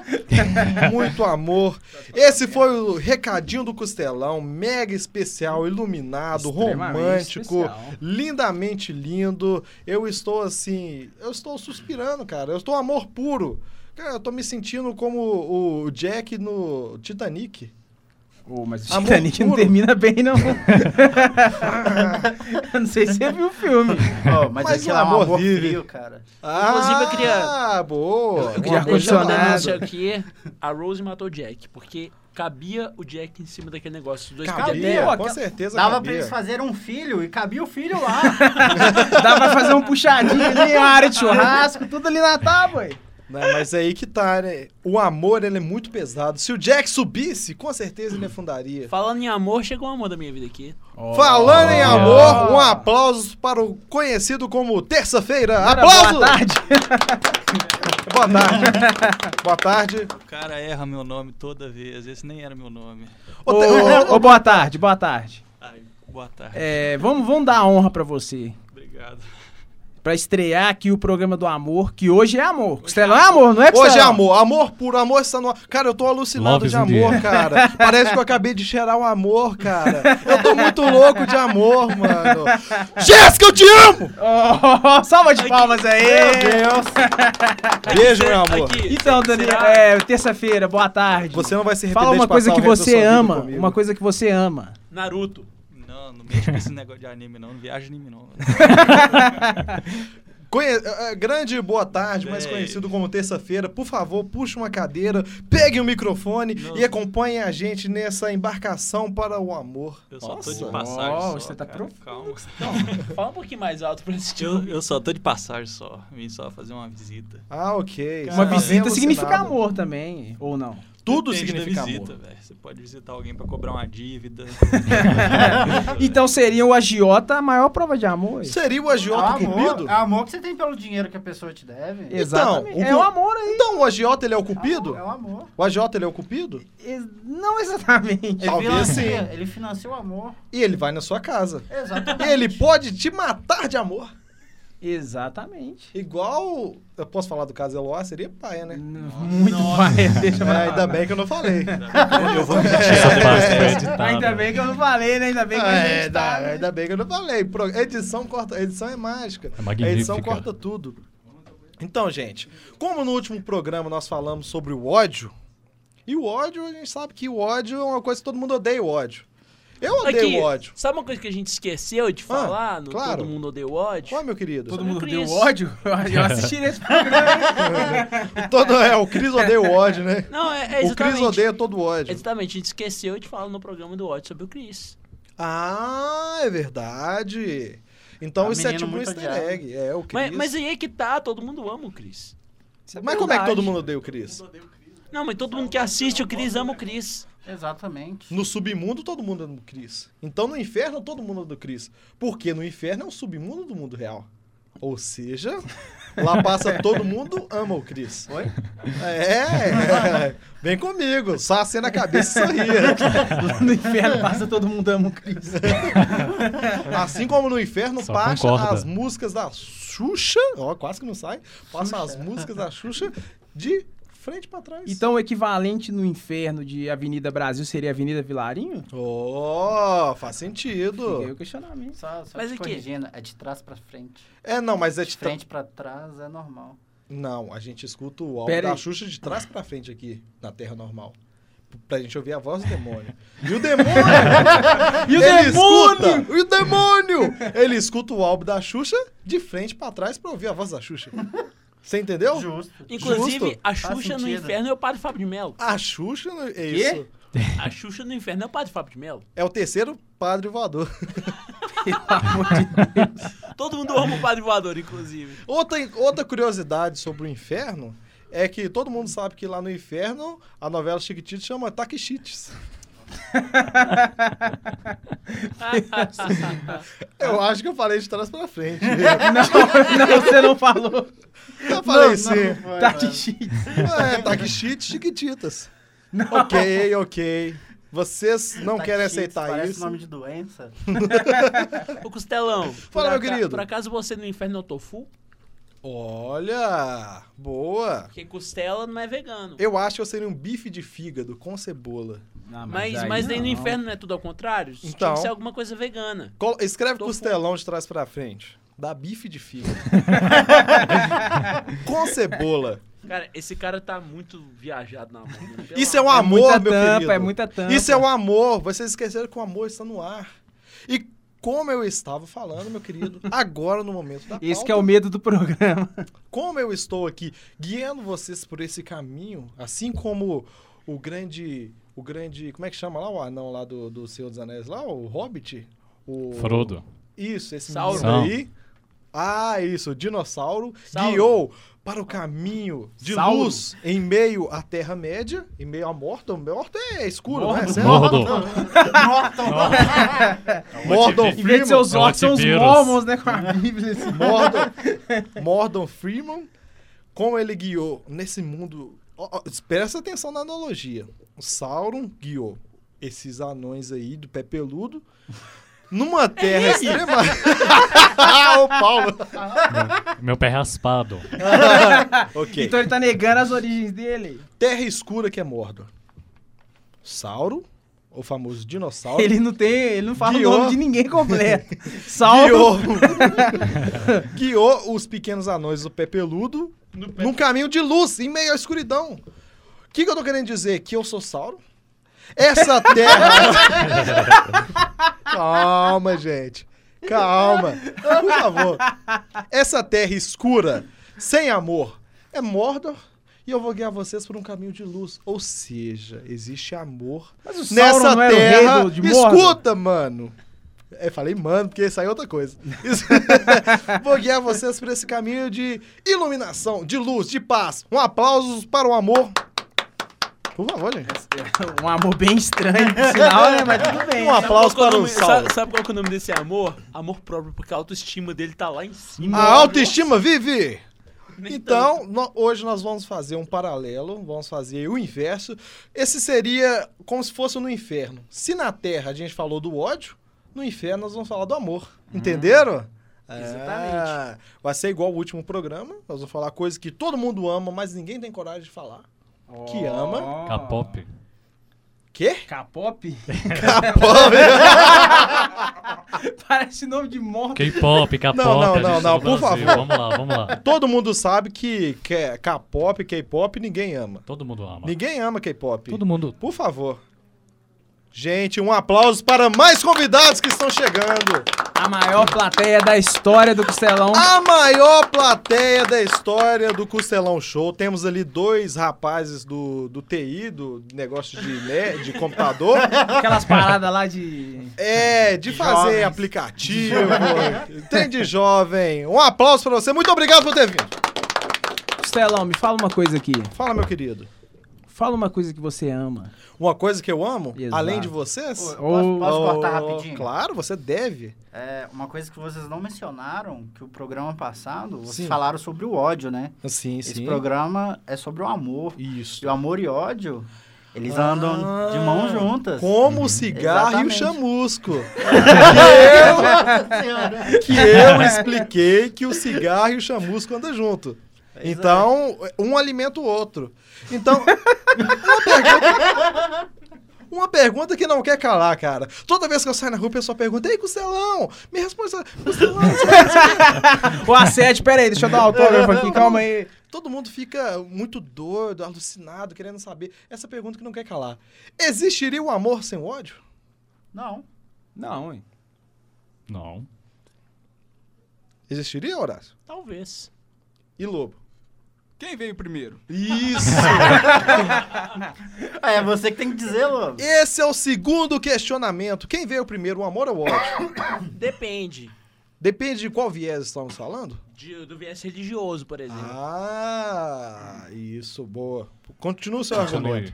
Speaker 3: muito amor. Esse foi o recadinho do Costelão, mega especial, iluminado,
Speaker 4: Extremamente
Speaker 3: romântico.
Speaker 4: especial.
Speaker 3: Lindamente lindo. Eu estou assim, eu estou suspirando, cara. Eu estou amor puro. Cara, eu tô me sentindo como o Jack no Titanic.
Speaker 4: Ô, mas o
Speaker 3: Amor
Speaker 4: Titanic não
Speaker 3: puro.
Speaker 4: termina bem,
Speaker 3: *laughs*
Speaker 4: não. Eu não sei se você viu o filme.
Speaker 7: Ó, mas,
Speaker 3: Mas
Speaker 7: aqui
Speaker 3: o
Speaker 7: é um
Speaker 3: amor
Speaker 7: amor,
Speaker 3: vive.
Speaker 7: frio, cara.
Speaker 2: Inclusive, eu queria-
Speaker 3: Ah, boa.
Speaker 4: Eu queria
Speaker 3: Uma
Speaker 2: Uma vez eu
Speaker 3: coisa
Speaker 4: ar-condicionado.
Speaker 2: denúncia
Speaker 3: danada.
Speaker 2: aqui, a Rose matou o Jack, porque cabia o Jack em cima daquele negócio. Os dois
Speaker 3: Cabia,
Speaker 4: Pô,
Speaker 3: com
Speaker 4: aquela-
Speaker 3: certeza
Speaker 7: Dava pra
Speaker 3: cabia.
Speaker 7: eles fazerem um filho e cabia o filho lá.
Speaker 3: *laughs*
Speaker 4: Dá pra fazer um puxadinho ali, uma área de churrasco, tudo ali na tábua. ué.
Speaker 3: Né, mas aí que tá, né? O amor, ele é muito pesado. Se o Jack subisse, com certeza ele afundaria.
Speaker 2: Falando em amor, chegou um amor da minha vida aqui.
Speaker 3: Falando em
Speaker 1: Olha.
Speaker 3: amor, um aplauso para o conhecido como Terça-feira. Aplauso!
Speaker 4: Boa tarde.
Speaker 3: Boa tarde.
Speaker 4: *laughs*
Speaker 3: Boa tarde.
Speaker 8: O cara erra meu nome toda vez. Esse nem era meu nome.
Speaker 3: Ô,
Speaker 4: Ô,
Speaker 3: Te-
Speaker 4: ô, ô, boa tarde, boa tarde.
Speaker 8: Ai, boa tarde.
Speaker 4: É, vamos, vamos dar a honra pra você.
Speaker 8: Obrigado.
Speaker 4: Pra estrear aqui o programa do amor, que hoje é amor. Costelão é amor, não é
Speaker 3: Hoje é
Speaker 4: Costelão?
Speaker 3: amor, amor puro, amor está no ar. Cara, eu tô alucinado
Speaker 1: Love
Speaker 3: de
Speaker 1: is in the
Speaker 3: amor,
Speaker 1: air.
Speaker 3: cara. Parece que eu acabei de cheirar o amor, cara. Eu tô muito louco de amor, mano. Jéssica, eu te amo!
Speaker 4: Ó, salva de palmas aí.
Speaker 3: Meu Deus. Beijo, meu amor.
Speaker 4: Então, Daniel,
Speaker 2: será?
Speaker 4: é, terça-feira, boa tarde.
Speaker 3: Você não vai se arrepender
Speaker 4: Fala uma
Speaker 3: de
Speaker 4: coisa
Speaker 3: passar
Speaker 4: que
Speaker 3: o resto da
Speaker 4: você
Speaker 3: sua vida
Speaker 4: ama,
Speaker 3: comigo.
Speaker 4: uma coisa que você ama.
Speaker 2: Naruto.
Speaker 8: Não, não mexe com esse negócio de anime, não. Não viaja em mim, não.
Speaker 3: Conhe- eh, eh, Grande boa tarde, mais
Speaker 8: Bem.
Speaker 3: conhecido como terça-feira. Por favor, puxe uma cadeira, pegue o microfone
Speaker 8: Não.
Speaker 3: e acompanhe a gente nessa embarcação para o amor.
Speaker 8: Eu só tô
Speaker 3: Nossa.
Speaker 8: de passagem
Speaker 9: Nossa, *laughs*
Speaker 8: só,
Speaker 9: você tá
Speaker 8: cara,
Speaker 9: profundo.
Speaker 8: Calma.
Speaker 2: Fala um pouquinho mais alto pra tipo. assistir.
Speaker 8: Eu, eu só tô de passagem só. Vim só fazer uma visita.
Speaker 3: Ah, ok.
Speaker 9: Uma
Speaker 3: Tá
Speaker 9: visita
Speaker 3: bem
Speaker 9: significa
Speaker 3: alucinado.
Speaker 9: amor também, ou não?
Speaker 3: Tudo
Speaker 8: Depende da
Speaker 3: significa
Speaker 8: visita,
Speaker 3: amor.
Speaker 8: velho. Você pode visitar alguém pra cobrar uma
Speaker 3: *laughs*
Speaker 8: dívida.
Speaker 9: Então seria o agiota a maior prova de amor. Ah, aí.
Speaker 3: Seria o agiota
Speaker 7: é o
Speaker 3: cupido?
Speaker 7: amor, é o amor que você tem pelo dinheiro que a pessoa te deve.
Speaker 9: Exatamente.
Speaker 3: o
Speaker 9: é o
Speaker 3: cu-
Speaker 9: amor aí.
Speaker 3: Então, o agiota ele é o cupido?
Speaker 7: É o amor.
Speaker 3: O agiota ele é o cupido?
Speaker 9: Ex- Não exatamente.
Speaker 7: Ele
Speaker 3: Talvez
Speaker 7: financia, Ele financia o amor.
Speaker 3: E ele vai na sua casa. E *laughs*
Speaker 7: Exatamente.
Speaker 3: ele pode te matar de amor.
Speaker 9: *laughs* Exatamente.
Speaker 3: Igual. Eu posso falar do caso Eloá? Seria paia, né?
Speaker 9: Muito mais. Deixa
Speaker 3: É, ainda bem que eu não falei. *laughs*
Speaker 8: eu vou mentir
Speaker 1: Essa
Speaker 8: essa
Speaker 1: parte né? foi
Speaker 8: parte.
Speaker 1: editada.
Speaker 9: Ainda bem que eu não falei, né? Ainda bem que a
Speaker 3: É,
Speaker 9: gente
Speaker 3: ainda,
Speaker 9: tá...
Speaker 3: ainda bem que eu não falei. Pro- Edição corta, edição é mágica.
Speaker 1: É
Speaker 3: A edição
Speaker 1: magnífica.
Speaker 3: corta tudo. Então, gente, como no último programa nós falamos sobre o ódio, e o ódio, a gente sabe que o ódio é uma coisa que todo mundo odeia o ódio. Eu odeio
Speaker 2: Aqui,
Speaker 3: o ódio. Ah,
Speaker 2: Sabe uma coisa que a gente esqueceu de falar no
Speaker 3: claro.
Speaker 2: Todo Mundo Odeia o Ódio?
Speaker 3: Ó, meu querido. *laughs*
Speaker 9: Todo
Speaker 2: Sabe o
Speaker 9: mundo deu
Speaker 2: Chris?
Speaker 9: ódio? *laughs* Eu assistiria esse programa.
Speaker 3: Todo, é, o Cris odeia o ódio, né?
Speaker 2: Não, é, é
Speaker 3: o
Speaker 2: exatamente.
Speaker 3: Cris odeia todo o ódio.
Speaker 2: Exatamente, a gente esqueceu de falar no programa do ódio sobre o Chris.
Speaker 3: Ah, é verdade. Então
Speaker 7: É um
Speaker 3: isso é
Speaker 7: menino
Speaker 3: tipo um
Speaker 7: muito
Speaker 3: easter
Speaker 7: odiado.
Speaker 3: egg. É, o Cris.
Speaker 2: Mas, mas aí é que tá, todo mundo ama o Chris.
Speaker 3: Mas como é que todo mundo odeia o Cris?
Speaker 2: Não, mas todo mundo que assiste o Chris ama o Chris.
Speaker 7: Exatamente.
Speaker 3: No submundo todo mundo é do Cris. Então no inferno todo mundo é do Cris. Porque no inferno é o submundo do mundo real. Ou seja, lá
Speaker 1: *laughs*
Speaker 3: passa todo mundo, ama o Cris.
Speaker 7: Oi?
Speaker 3: É, é. vem comigo, só acena a cabeça e sorria.
Speaker 9: No *laughs* inferno passa, todo mundo ama o Cristo.
Speaker 3: Assim como no inferno
Speaker 1: Só
Speaker 3: passa
Speaker 1: concorda.
Speaker 3: as músicas da Xuxa, ó, quase que não sai, passa as músicas da Xuxa de frente pra trás.
Speaker 9: Então, o equivalente no inferno de Avenida Brasil seria Avenida Vilarinho?
Speaker 3: Oh, faz
Speaker 9: Fiquei
Speaker 3: sentido.
Speaker 9: o questionamento.
Speaker 7: Só, só
Speaker 2: Mas
Speaker 7: te
Speaker 2: aqui-
Speaker 7: corrigindo, é de trás pra frente.
Speaker 3: É, não, mas é
Speaker 7: De
Speaker 3: de
Speaker 7: frente pra trás é normal.
Speaker 3: Não, a gente escuta o álbum
Speaker 9: Pera
Speaker 3: da
Speaker 9: aí.
Speaker 3: Xuxa de trás pra frente aqui, na Terra Normal. Pra gente ouvir a voz do demônio. E o demônio!
Speaker 9: *laughs* E o
Speaker 3: ele
Speaker 9: demônio?
Speaker 3: Escuta, e o demônio! Ele escuta o álbum da Xuxa de frente pra trás pra ouvir a voz da Xuxa. Você entendeu?
Speaker 7: Justo.
Speaker 2: Inclusive,
Speaker 3: Justo.
Speaker 2: a Xuxa no
Speaker 7: sentido.
Speaker 2: Inferno é o Padre Fábio de Melo.
Speaker 3: A Xuxa, não- é isso.
Speaker 2: A Xuxa no Inferno é o Padre Fábio de Melo.
Speaker 3: É o terceiro padre voador.
Speaker 2: Todo mundo ama o Padre Voador, inclusive.
Speaker 3: Outra, outra curiosidade sobre o inferno é que todo mundo sabe que lá no inferno a novela Chiquititas chama
Speaker 7: *laughs*
Speaker 3: Taquichites. Eu acho que eu falei de trás pra
Speaker 7: *laughs*
Speaker 3: frente.
Speaker 9: Não, *laughs* não, você não falou.
Speaker 3: Eu falei sim.
Speaker 7: foi,
Speaker 9: Tá
Speaker 7: mano.
Speaker 9: de cheat.
Speaker 3: É, Taquichites Chiquititas. Ok, ok. Vocês não
Speaker 7: Tá
Speaker 3: querem
Speaker 7: cheio,
Speaker 3: aceitar
Speaker 7: parece
Speaker 3: isso?
Speaker 7: nome de doença.
Speaker 2: Ô, Costelão.
Speaker 3: *laughs* Fala,
Speaker 2: por
Speaker 3: meu
Speaker 2: aca-
Speaker 3: querido.
Speaker 2: Por acaso você no Inferno é o tofu?
Speaker 3: Olha, boa.
Speaker 2: Porque costela não é vegano.
Speaker 3: Eu acho que eu seria um bife de fígado com cebola.
Speaker 9: Não,
Speaker 2: Mas,
Speaker 9: Ah, aí
Speaker 2: mas aí no
Speaker 9: não.
Speaker 2: inferno não é tudo ao contrário? Então. Tem
Speaker 3: Então.
Speaker 2: que ser alguma coisa vegana.
Speaker 3: Col- escreve
Speaker 2: Tô
Speaker 3: costelão de trás pra frente. Dá bife de
Speaker 9: *laughs*
Speaker 3: fígado. com cebola.
Speaker 2: Cara, esse cara tá muito viajado na mão. né? Pelo
Speaker 3: Isso é um
Speaker 9: É
Speaker 3: amor,
Speaker 9: muita
Speaker 3: meu
Speaker 9: tampa,
Speaker 3: querido.
Speaker 9: é muita tampa.
Speaker 3: Isso é o amor. Vocês esqueceram que o amor está no ar. E como eu estava falando,
Speaker 9: *laughs*
Speaker 3: meu querido, agora no momento da
Speaker 9: Esse
Speaker 3: pauta,
Speaker 9: que é o medo do programa.
Speaker 3: como eu estou aqui guiando vocês por esse caminho, assim como o grande. O grande. Como é que chama lá o anão lá do, do Senhor dos Anéis lá? O Hobbit? O,
Speaker 1: Frodo.
Speaker 3: Isso,
Speaker 9: Hum.
Speaker 3: esse
Speaker 2: Sauron.
Speaker 3: menino aí. Ah, isso, o dinossauro
Speaker 2: Sauron.
Speaker 3: guiou para o caminho de
Speaker 9: Sauron.
Speaker 3: luz em meio à Terra-média, em meio à Mordor. Morto é escuro, né? Cê é
Speaker 1: Mordor.
Speaker 3: *laughs*
Speaker 4: *laughs*
Speaker 3: Mordor
Speaker 9: Em vez de ser
Speaker 3: Freeman.
Speaker 9: os orcs, são os
Speaker 1: Antivírus.
Speaker 9: mormons,
Speaker 3: *laughs*
Speaker 9: né? Com a Bíblia. assim.
Speaker 3: Mordor, *laughs* Mordor Freeman, como ele guiou nesse mundo. Ó, ó, presta atenção na analogia. O Sauron guiou esses anões aí do pé
Speaker 9: *laughs*
Speaker 3: peludo numa terra
Speaker 9: É
Speaker 3: extrema. *laughs* Ah, o Paulo.
Speaker 1: Meu pé raspado.
Speaker 3: ok.
Speaker 9: Então ele tá negando as origens dele.
Speaker 3: Terra escura que é Mordor. Sauron, o famoso dinossauro.
Speaker 9: Ele não tem, ele não fala
Speaker 3: Guiou.
Speaker 9: o nome de ninguém
Speaker 3: *laughs*
Speaker 9: completo.
Speaker 4: *laughs*
Speaker 9: Salvo.
Speaker 3: Guiou, guiou os pequenos anões do pé peludo num caminho de luz, em meio à escuridão. O que, que eu tô querendo dizer? Que eu sou Sauron? Essa terra. Calma, gente. Calma, por favor. Essa terra escura, sem amor, é Mordor e eu vou guiar vocês por um caminho de luz. Ou seja, existe amor
Speaker 4: Mas o Sauron
Speaker 3: nessa
Speaker 4: não era o rei
Speaker 3: terra.
Speaker 4: do- de Mordor?
Speaker 3: Escuta, mano. Eu falei, mano, porque saiu outra
Speaker 4: *laughs*
Speaker 3: coisa. Isso- Vou guiar vocês por esse caminho de iluminação, de luz, de paz. Um aplauso para o amor. Por favor, gente.
Speaker 4: Um amor bem estranho, por sinal, né? Mas tudo bem.
Speaker 3: Um aplauso
Speaker 2: Sabe qual que
Speaker 3: para
Speaker 2: é
Speaker 3: o
Speaker 2: nome- sabe,
Speaker 3: Saulo.
Speaker 2: sabe qual que é o nome desse amor? Amor próprio, porque a autoestima dele tá lá em cima.
Speaker 3: A autoestima vive!
Speaker 2: Nem
Speaker 3: Então, no- hoje nós vamos fazer um paralelo, vamos fazer o inverso. Esse seria como se fosse no inferno. Se na Terra a gente falou do ódio, no inferno nós vamos falar do amor. Entenderam?
Speaker 7: Exatamente.
Speaker 3: Ah, vai ser igual o último programa. Nós vamos falar coisas que todo mundo ama, mas ninguém tem coragem de falar. *laughs* Que ama.
Speaker 4: Ó.
Speaker 1: K-pop.
Speaker 3: Quê?
Speaker 4: K-pop? *laughs*
Speaker 3: Pobre.
Speaker 4: Parece nome de morte.
Speaker 1: K-pop, K-pop.
Speaker 3: Não, não,
Speaker 1: a gente
Speaker 3: não,
Speaker 1: é do
Speaker 3: não, por
Speaker 1: Brasil.
Speaker 3: favor.
Speaker 1: Vamos lá, vamos lá.
Speaker 3: todo mundo sabe que que é K-pop, K-pop, ninguém ama.
Speaker 1: Todo mundo ama.
Speaker 3: Ninguém ama K-pop.
Speaker 1: Todo mundo.
Speaker 3: Por favor. Gente, um aplauso para mais convidados que estão chegando.
Speaker 4: A maior plateia da história
Speaker 3: *laughs*
Speaker 4: do Costelão.
Speaker 3: A maior plateia da história do Costelão Show. Temos ali dois rapazes do, do TI, do negócio de, né, de computador.
Speaker 4: Aquelas paradas lá de.
Speaker 3: É, de fazer
Speaker 4: Jovens.
Speaker 3: aplicativo. Tem de jovem. Um aplauso para você. Muito obrigado por ter vindo.
Speaker 4: Costelão, me fala uma coisa aqui.
Speaker 3: Fala, meu querido.
Speaker 4: Fala uma coisa que você ama.
Speaker 3: Uma coisa que eu amo,
Speaker 4: Exato.
Speaker 3: além de vocês.
Speaker 7: Ô,
Speaker 4: Ô,
Speaker 7: Posso, posso cortar
Speaker 3: Oh,
Speaker 7: rapidinho?
Speaker 3: Claro, você deve.
Speaker 7: É, uma coisa que vocês não mencionaram, que o programa passado, vocês
Speaker 3: Sim.
Speaker 7: falaram sobre o ódio, né?
Speaker 3: Sim, sim.
Speaker 7: Esse programa é sobre o amor.
Speaker 3: Isso.
Speaker 7: E o amor e ódio, eles
Speaker 3: Ah,
Speaker 7: andam de mãos juntas.
Speaker 3: Como o cigarro
Speaker 7: Exatamente.
Speaker 3: e o chamusco. que, eu, que eu expliquei que o cigarro e o chamusco andam junto.
Speaker 7: Pois é.
Speaker 3: Então, um alimenta o outro. Então, uma pergunta- uma pergunta que não quer calar, cara. Toda vez que eu saio na rua, o pessoal pergunta: Ei, Costelão, me responde. essa- Costelão,
Speaker 4: Ô, A7, pera aí, deixa eu dar um autógrafo aqui, calma aí.
Speaker 3: Todo mundo fica muito doido, alucinado, querendo saber. Essa pergunta que não quer calar: Existiria o amor sem o ódio?
Speaker 7: *laughs* Não.
Speaker 4: Não, hein?
Speaker 1: Não.
Speaker 3: Existiria, Horácio?
Speaker 2: Talvez.
Speaker 3: E Lobo?
Speaker 6: Quem veio primeiro?
Speaker 3: Isso!
Speaker 6: *laughs*
Speaker 7: Ah, É você que tem que dizer, *laughs* Lobo.
Speaker 3: Esse é o segundo questionamento. Quem veio primeiro, o amor ou o ódio?
Speaker 2: Depende
Speaker 3: Depende de qual viés estamos falando.
Speaker 2: de- do viés religioso, por exemplo.
Speaker 3: Ah, isso, boa. Continua o seu
Speaker 1: Continue. *laughs*
Speaker 3: argumento.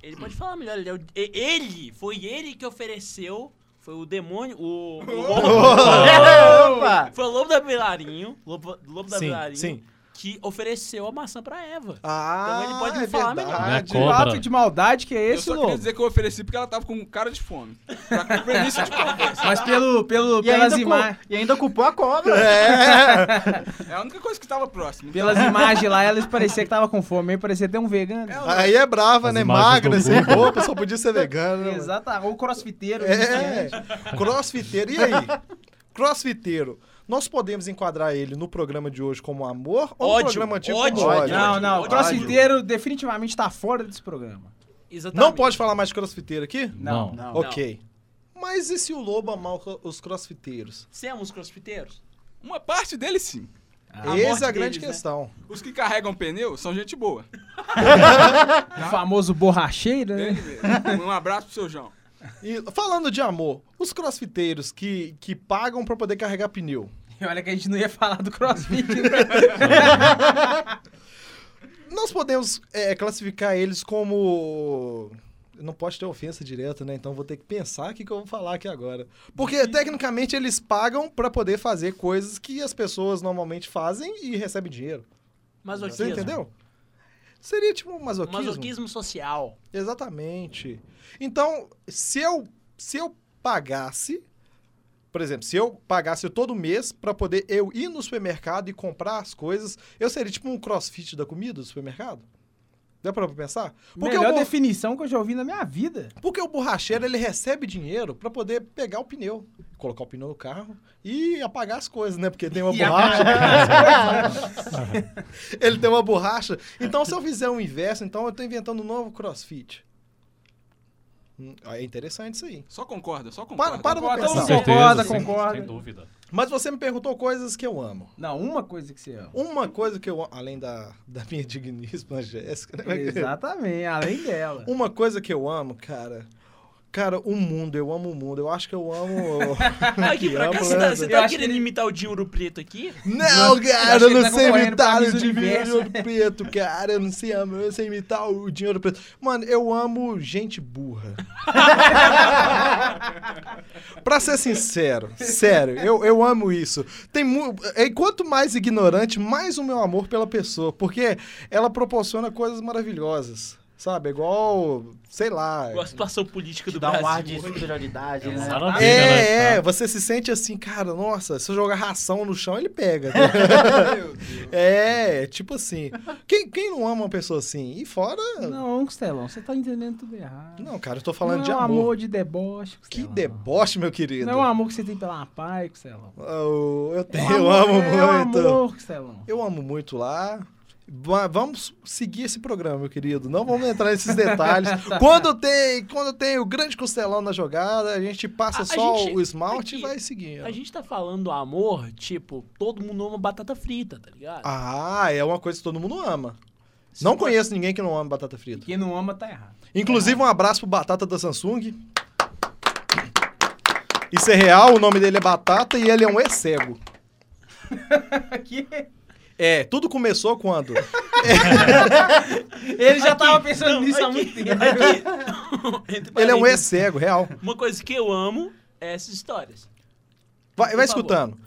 Speaker 2: Ele pode falar melhor. Ele, é o- e- ele, foi ele que ofereceu, foi o demônio, o... o
Speaker 3: Oh.
Speaker 7: Opa!
Speaker 2: foi o lobo da Vilarinho, lobo, lobo da
Speaker 3: Sim,
Speaker 2: Vilarinho,
Speaker 3: sim.
Speaker 2: que ofereceu a maçã pra Eva.
Speaker 3: Ah,
Speaker 2: Então ele pode
Speaker 3: é
Speaker 2: falar
Speaker 3: verdade.
Speaker 2: melhor.
Speaker 1: Não
Speaker 2: *laughs*
Speaker 1: é
Speaker 4: De
Speaker 1: Cobra.
Speaker 4: ato de maldade que é
Speaker 6: Eu
Speaker 4: esse,
Speaker 6: só queria
Speaker 4: Lobo.
Speaker 6: dizer que eu ofereci porque ela tava com cara de fome. Pra compromisso de conversa.
Speaker 4: Mas pelo, pelo,
Speaker 7: E ainda,
Speaker 4: pelas,
Speaker 7: cu-
Speaker 4: ima
Speaker 7: e ainda culpou a cobra.
Speaker 2: É.
Speaker 6: É a única coisa que tava próxima. Então,
Speaker 4: pelas imagens lá, elas parecia que tava com fome, aí parecia até um vegano.
Speaker 3: Aí é brava,
Speaker 1: As
Speaker 3: né?
Speaker 1: imagens
Speaker 3: Magra,
Speaker 1: do
Speaker 3: sem
Speaker 1: Google.
Speaker 3: roupa, só podia ser vegana. né, mano?
Speaker 4: Exato, ou crossfiteiro. né?
Speaker 3: É, crossfiteiro. E aí? Crossfiteiro. Nós podemos enquadrar ele no programa de hoje como amor ou no
Speaker 2: Ódio,
Speaker 3: programa antigo
Speaker 2: ódio,
Speaker 3: como ódio?
Speaker 2: ódio.
Speaker 4: Não, não, o
Speaker 2: Ódio.
Speaker 4: crossfiteiro definitivamente tá fora desse programa.
Speaker 2: Exatamente.
Speaker 3: Não pode falar mais de crossfiteiro aqui?
Speaker 1: Não.
Speaker 4: Não.
Speaker 3: Ok. Mas e se o lobo amar o- os crossfiteiros?
Speaker 2: Somos é um crossfiteiros?
Speaker 6: Então, Uma parte deles sim.
Speaker 2: A
Speaker 3: Essa
Speaker 2: morte
Speaker 3: é a
Speaker 2: deles,
Speaker 3: grande
Speaker 2: né?
Speaker 3: questão.
Speaker 6: Os que carregam pneu são gente boa.
Speaker 4: O famoso borracheiro, né?
Speaker 6: Ele mesmo. Um abraço pro seu João.
Speaker 3: E falando de amor, os crossfiteiros que, que pagam pra poder carregar pneu,
Speaker 4: E *laughs* olha que a gente não ia falar do crossfit. né?
Speaker 3: nós podemos é, classificar eles como. Não pode ter ofensa direta, né? Então vou ter que pensar o que, que eu vou falar aqui agora.
Speaker 2: Uhum.
Speaker 3: Porque tecnicamente eles pagam pra poder fazer coisas que as pessoas normalmente fazem e recebem dinheiro. Você
Speaker 2: Masoquismo.
Speaker 3: entendeu? Seria tipo um
Speaker 2: Masoquismo social.
Speaker 3: Exatamente. Então, se eu, se eu pagasse, por exemplo, se eu pagasse todo mês pra poder eu ir no supermercado e comprar as coisas, eu seria tipo um crossfit da comida do supermercado? Deu pra pensar? Porque,
Speaker 4: Melhor
Speaker 3: o, bo-
Speaker 4: definição que eu já ouvi na minha vida.
Speaker 3: porque o borracheiro, ele recebe dinheiro pra poder pegar o pneu, colocar o pneu no carro e apagar as coisas, né? Porque tem uma
Speaker 4: *laughs* E
Speaker 3: borracha. ele tem uma borracha. Então, se eu fizer o inverso, então eu tô inventando um novo crossfit. um Hum, É interessante isso aí.
Speaker 4: Só concorda, só
Speaker 3: Para,
Speaker 4: concorda.
Speaker 3: para pra
Speaker 9: Concorda,
Speaker 3: pensar.
Speaker 9: não. Concorda, concorda.
Speaker 1: Sem dúvida.
Speaker 3: Mas você me perguntou coisas que eu amo.
Speaker 9: Não, uma coisa que você ama.
Speaker 3: Uma coisa que eu amo, além da, da minha *laughs* digníssima Jéssica, né?
Speaker 9: Exatamente, além dela.
Speaker 3: Uma coisa que eu amo, cara. Cara, o mundo, eu amo o mundo. Eu acho que eu amo.
Speaker 2: Ai, que
Speaker 3: Que
Speaker 2: pra cá, você tá,
Speaker 3: ambulância.
Speaker 2: você
Speaker 9: Eu
Speaker 2: tá
Speaker 9: acho
Speaker 2: querendo
Speaker 9: que ele-
Speaker 2: imitar o Dinho Ouro Preto aqui?
Speaker 3: não,
Speaker 9: acho
Speaker 3: cara,
Speaker 9: que
Speaker 3: eu
Speaker 9: ele
Speaker 3: não
Speaker 9: tá
Speaker 3: sei
Speaker 9: concorrendo pra
Speaker 3: imitar
Speaker 9: Miss
Speaker 3: o
Speaker 9: Universo.
Speaker 3: dinheiro preto, cara. Eu não sei, eu sei imitar o dinheiro preto. Mano, eu amo gente burra. *laughs* pra ser sincero, sério, eu, eu amo isso. Tem mu... e Quanto mais ignorante, mais o meu amor pela pessoa. Porque ela proporciona coisas maravilhosas. Sabe? É Igual, sei lá.
Speaker 2: Com a situação política
Speaker 7: Te
Speaker 2: do
Speaker 7: dá
Speaker 2: Brasil.
Speaker 7: um ar de superioridade,
Speaker 1: É uma
Speaker 7: né? *laughs*
Speaker 1: maravilha, né?
Speaker 3: É, é, você se sente assim, cara, nossa, se eu jogar ração no chão,
Speaker 9: *laughs*
Speaker 3: ele pega. é, tipo assim. Quem, quem não ama uma pessoa assim? E fora.
Speaker 9: Não, Costelão, você tá entendendo tudo errado.
Speaker 3: Não, cara, eu tô falando
Speaker 9: Não
Speaker 3: de
Speaker 9: é um
Speaker 3: amor.
Speaker 9: amor de deboche,
Speaker 3: Que
Speaker 9: Costelão.
Speaker 3: deboche, meu querido.
Speaker 9: Não é um amor que você tem pela pai, Costelão.
Speaker 3: Oh, eu
Speaker 9: É um
Speaker 3: tenho,
Speaker 9: amor-
Speaker 3: eu amo muito.
Speaker 9: É um amor, Costelão.
Speaker 3: Eu amo muito lá. Va- Vamos seguir esse programa, meu querido. Não vamos entrar
Speaker 9: *laughs*
Speaker 3: nesses detalhes. quando tem, quando tem o grande costelão na jogada, a gente passa
Speaker 2: A- a
Speaker 3: só
Speaker 2: gente-
Speaker 3: o esmalte e
Speaker 2: aqui,
Speaker 3: vai seguindo.
Speaker 2: A gente tá falando amor, tipo, todo mundo ama batata frita, tá ligado?
Speaker 3: Ah, é uma coisa que todo mundo ama. Não conheço ninguém que não ama batata frita.
Speaker 9: Quem não ama tá errado.
Speaker 3: Inclusive, um abraço pro Batata da Samsung. Isso é real, o nome dele é Batata e ele é um ex-cego. É, tudo começou quando?
Speaker 9: Ele já tava pensando
Speaker 2: não,
Speaker 9: nisso há
Speaker 2: aqui.
Speaker 9: muito
Speaker 3: *laughs*
Speaker 9: tempo.
Speaker 2: *laughs* Entre
Speaker 3: é? Ele é um
Speaker 2: parênteses,
Speaker 3: ex-cego, real.
Speaker 2: Uma coisa que eu amo é essas histórias.
Speaker 3: Vai,
Speaker 2: Por favor.
Speaker 3: vai escutando.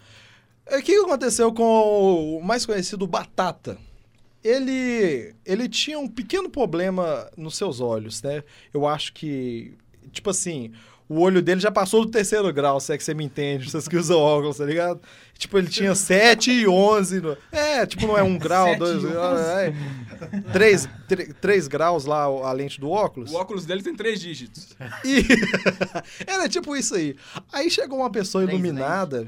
Speaker 3: É, O que aconteceu com o mais conhecido Batata? Ele, ele tinha um pequeno problema nos seus olhos, né? Eu acho que, tipo assim, o olho dele já passou do terceiro grau, se é que você me entende, vocês que usam óculos, tá ligado? Tipo, ele tinha 7 e 11. no- É, tipo, não é 1
Speaker 9: *laughs*
Speaker 3: grau, é,
Speaker 9: Sete
Speaker 3: 2
Speaker 9: e
Speaker 3: graus, 3, graus lá a lente do óculos.
Speaker 4: O óculos dele tem três dígitos.
Speaker 3: E *laughs* era tipo isso aí. Aí chegou uma pessoa
Speaker 7: Três
Speaker 3: iluminada,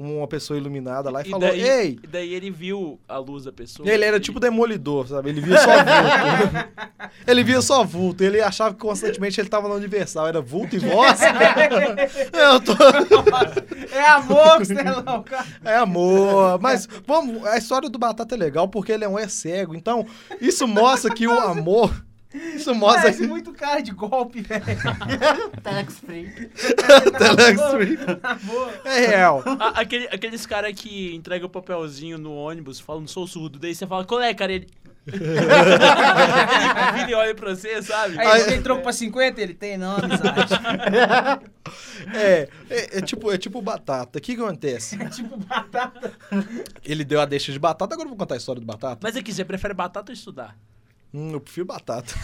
Speaker 3: uma pessoa iluminada lá e,
Speaker 2: E
Speaker 3: falou:
Speaker 2: daí-
Speaker 3: Ei!
Speaker 2: E daí ele viu a luz da pessoa.
Speaker 3: Ele era tipo demolidor, sabe? Ele via só vulto. ele via só vulto. Ele achava que constantemente ele tava no universal. Era vulto e voz. Eu tô...
Speaker 9: *laughs* É amor,
Speaker 3: *laughs*
Speaker 9: Costelão, cara.
Speaker 3: É amor. Mas vamos. A história do Batata é legal porque ele é um é cego. Então, isso mostra que o amor. Isso mostra
Speaker 9: Parece
Speaker 3: que.
Speaker 9: muito cara de golpe, velho.
Speaker 3: *laughs*
Speaker 7: Telex free.
Speaker 3: Telex Free. É real.
Speaker 2: A- aquele- aqueles caras que entregam o papelzinho no ônibus, falam, sou surdo. Daí você fala, qual é, cara? Ele. *laughs* ele vira e olha pra você, sabe?
Speaker 9: Aí você tem troco pra 50? Ele tem, não,
Speaker 3: *laughs*
Speaker 9: amizade.
Speaker 3: É, é, é tipo, é tipo batata. O que, que acontece?
Speaker 9: É tipo batata.
Speaker 3: Ele deu a deixa de batata, agora eu vou contar a história do batata.
Speaker 2: Mas aqui, você prefere batata ou estudar?
Speaker 3: Hum, eu prefiro batata.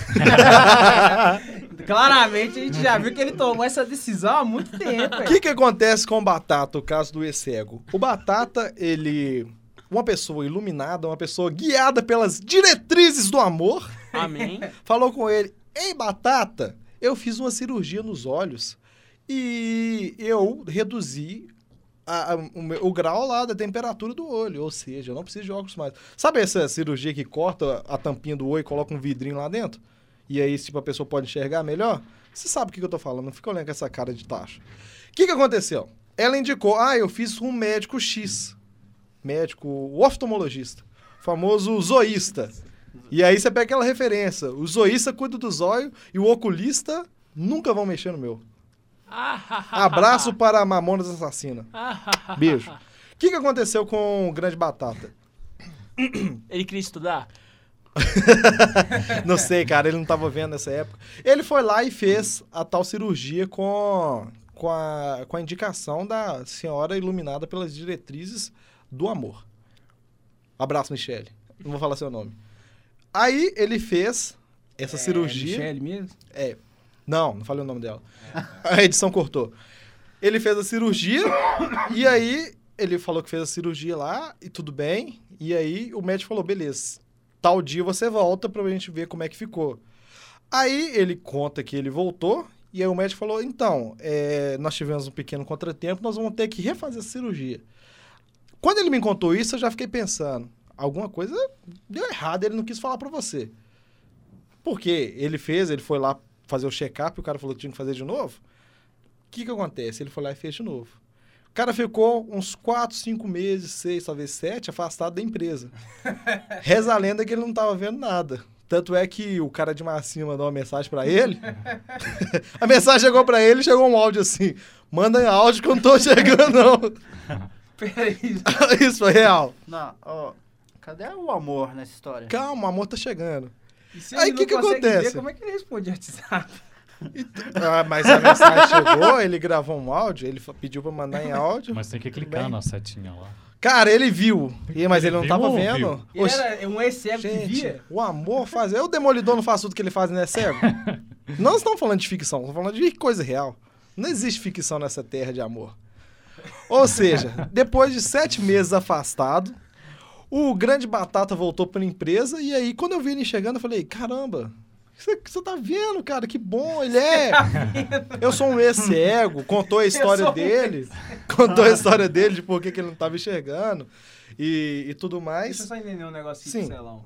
Speaker 9: Claramente a gente já viu que ele tomou essa decisão há muito tempo,
Speaker 3: O
Speaker 9: velho.
Speaker 3: que, que acontece com o batata, o caso do ex-cego? O batata, ele. Uma pessoa iluminada, uma pessoa guiada pelas diretrizes do amor,
Speaker 2: Amém.
Speaker 3: falou com ele: Ei, batata, eu fiz uma cirurgia nos olhos e eu reduzi. a- a- o, meu- o grau lá da temperatura do olho, ou seja, eu não preciso de óculos mais. Sabe essa cirurgia que corta a tampinha do olho e coloca um vidrinho lá dentro? E aí, tipo, a pessoa pode enxergar melhor? Você sabe o que, que eu tô falando, não fica olhando com essa cara de tacho. O que, que aconteceu? Ela indicou, ah, eu fiz um médico X. Médico oftalmologista. Famoso zoísta. E aí você pega aquela referência. O zoísta cuida dos olhos e o oculista nunca vão mexer no meu. Abraço para a Mamonas Assassina.
Speaker 2: Ah,
Speaker 3: Beijo. O que, que aconteceu com o Grande Batata?
Speaker 2: Ele queria estudar?
Speaker 3: Não sei, cara, ele não tava vendo nessa época. Ele foi lá e fez a tal cirurgia com, com, a, com a indicação da senhora iluminada pelas diretrizes do amor. Abraço, Michele. Não vou falar seu nome. Aí ele fez essa cirurgia.
Speaker 9: Michele mesmo?
Speaker 3: É. Não, não falei o nome dela. A edição cortou. Ele fez a cirurgia e aí ele falou que fez a cirurgia lá e tudo bem. E aí o médico falou: beleza, tal dia você volta pra gente ver como é que ficou. Aí ele conta que ele voltou e aí o médico falou: então, é, nós tivemos um pequeno contratempo, nós vamos ter que refazer a cirurgia. Quando ele me contou isso, eu já fiquei pensando: alguma coisa deu errado, ele não quis falar pra você. Porque ele fez, ele foi lá fazer o check-up e o cara falou que tinha que fazer de novo. O que, que acontece? Ele foi lá e fez de novo. O cara ficou uns 4, 5 meses, 6, talvez 7, afastado da *laughs* empresa. Reza a lenda que ele não estava vendo nada. Tanto é que o cara de Marcinho mandou uma mensagem pra *laughs* ele. a mensagem chegou pra ele e chegou um áudio assim: manda em áudio que eu não tô chegando, não. *laughs*
Speaker 4: Peraí.
Speaker 3: Isso foi real.
Speaker 7: Não, ó. Cadê o amor nessa história?
Speaker 3: Calma, o amor tá chegando.
Speaker 4: E se
Speaker 3: Aí,
Speaker 4: ele
Speaker 3: que
Speaker 4: não
Speaker 3: que
Speaker 4: consegue
Speaker 3: acontece?
Speaker 4: Ver, como é que ele responde WhatsApp?
Speaker 3: Ah, mas a *laughs* mensagem chegou, ele gravou um áudio, ele fa- pediu pra mandar em áudio.
Speaker 1: Mas tem que clicar
Speaker 3: bem.
Speaker 1: na setinha lá.
Speaker 3: Cara, ele viu. E- Mas ele não
Speaker 1: Viu
Speaker 3: tava
Speaker 1: ou
Speaker 3: vendo. *laughs*
Speaker 4: Ele
Speaker 3: Oxe,
Speaker 4: era um ex-cego que
Speaker 3: gente, *laughs*
Speaker 4: via?
Speaker 3: o amor faz. Eu, o Demolidor, não faço tudo que ele faz, né?
Speaker 1: *laughs*
Speaker 3: Cego? não estamos falando de ficção, estamos falando de coisa real. Não existe ficção nessa terra de amor. Ou
Speaker 1: *laughs*
Speaker 3: seja, depois de sete meses afastado, o grande batata voltou para a empresa. E aí, quando eu vi ele chegando, eu falei: caramba. Você você tá vendo, cara? Que bom, ele
Speaker 4: *laughs*
Speaker 3: é. Eu sou um ex-cego. Contou a história
Speaker 4: sou um Ah.
Speaker 3: dele. Contou a história dele de por que que ele não tava enxergando e, e tudo mais.
Speaker 4: Deixa eu só entender um negocinho
Speaker 3: Sim.
Speaker 4: do Celão.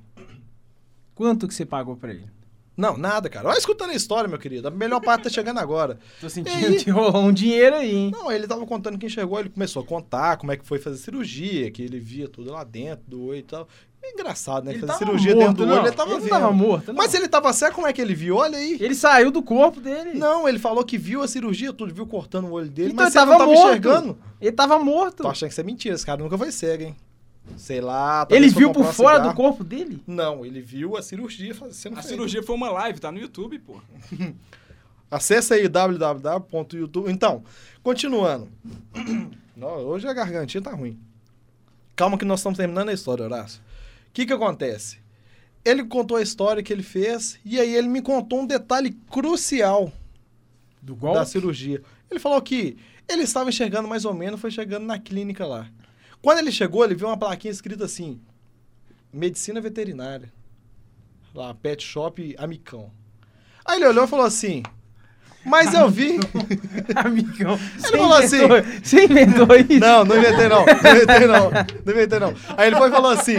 Speaker 4: Quanto que você pagou pra ele?
Speaker 3: Não, nada, cara. Olha escutando a história, meu querido. A melhor parte tá chegando agora.
Speaker 4: Tô
Speaker 3: E
Speaker 4: sentindo
Speaker 3: aí?
Speaker 4: que rolou um dinheiro aí, hein?
Speaker 3: Não, ele tava contando quem chegou, ele começou a contar como é que foi fazer cirurgia, que ele via tudo lá dentro do olho e tal. É engraçado, né?
Speaker 4: Ele
Speaker 3: fazer
Speaker 4: tava
Speaker 3: cirurgia
Speaker 4: morto,
Speaker 3: dentro do olho,
Speaker 4: não.
Speaker 3: ele tava
Speaker 4: Ele não
Speaker 3: vendo.
Speaker 4: tava morto, não.
Speaker 3: Mas se ele tava cego, como é que ele viu? Olha aí.
Speaker 4: Ele saiu do corpo dele.
Speaker 3: Não, ele falou que viu a cirurgia, tudo, viu cortando o olho dele,
Speaker 4: Então
Speaker 3: mas
Speaker 4: ele
Speaker 3: ele não
Speaker 4: tava
Speaker 3: tava
Speaker 4: morto.
Speaker 3: enxergando.
Speaker 4: Ele tava morto.
Speaker 3: Tô achando que isso é mentira, esse cara nunca foi cego, hein? Sei lá.
Speaker 4: Ele
Speaker 3: talvez foi
Speaker 4: viu
Speaker 3: comprar
Speaker 4: por
Speaker 3: um
Speaker 4: fora do
Speaker 3: cigarro.
Speaker 4: corpo dele?
Speaker 3: Não, ele viu a cirurgia faz- sendo
Speaker 6: A
Speaker 3: feita.
Speaker 6: cirurgia foi uma live, tá no YouTube, pô.
Speaker 3: Acesse aí www.youtube. Então, continuando. *clears throat* Nó, Hoje a gargantinha tá ruim. Calma que nós estamos terminando a história, Horácio. O que que acontece? Ele contou a história que ele fez e aí ele me contou um detalhe crucial
Speaker 4: Do
Speaker 3: da cirurgia. Ele falou que ele estava enxergando mais ou menos, foi chegando na clínica lá. Quando ele chegou, ele viu uma plaquinha escrita assim: Medicina Veterinária. Lá, Pet Shop Amicão. Aí ele olhou e falou assim: Mas eu vi.
Speaker 4: *laughs* Amigão. Você
Speaker 3: falou assim,
Speaker 4: inventou- Você inventou
Speaker 3: *laughs*
Speaker 4: isso?
Speaker 3: Não, não inventei não. Não inventei não. Não inventei não. Aí ele foi e falou assim: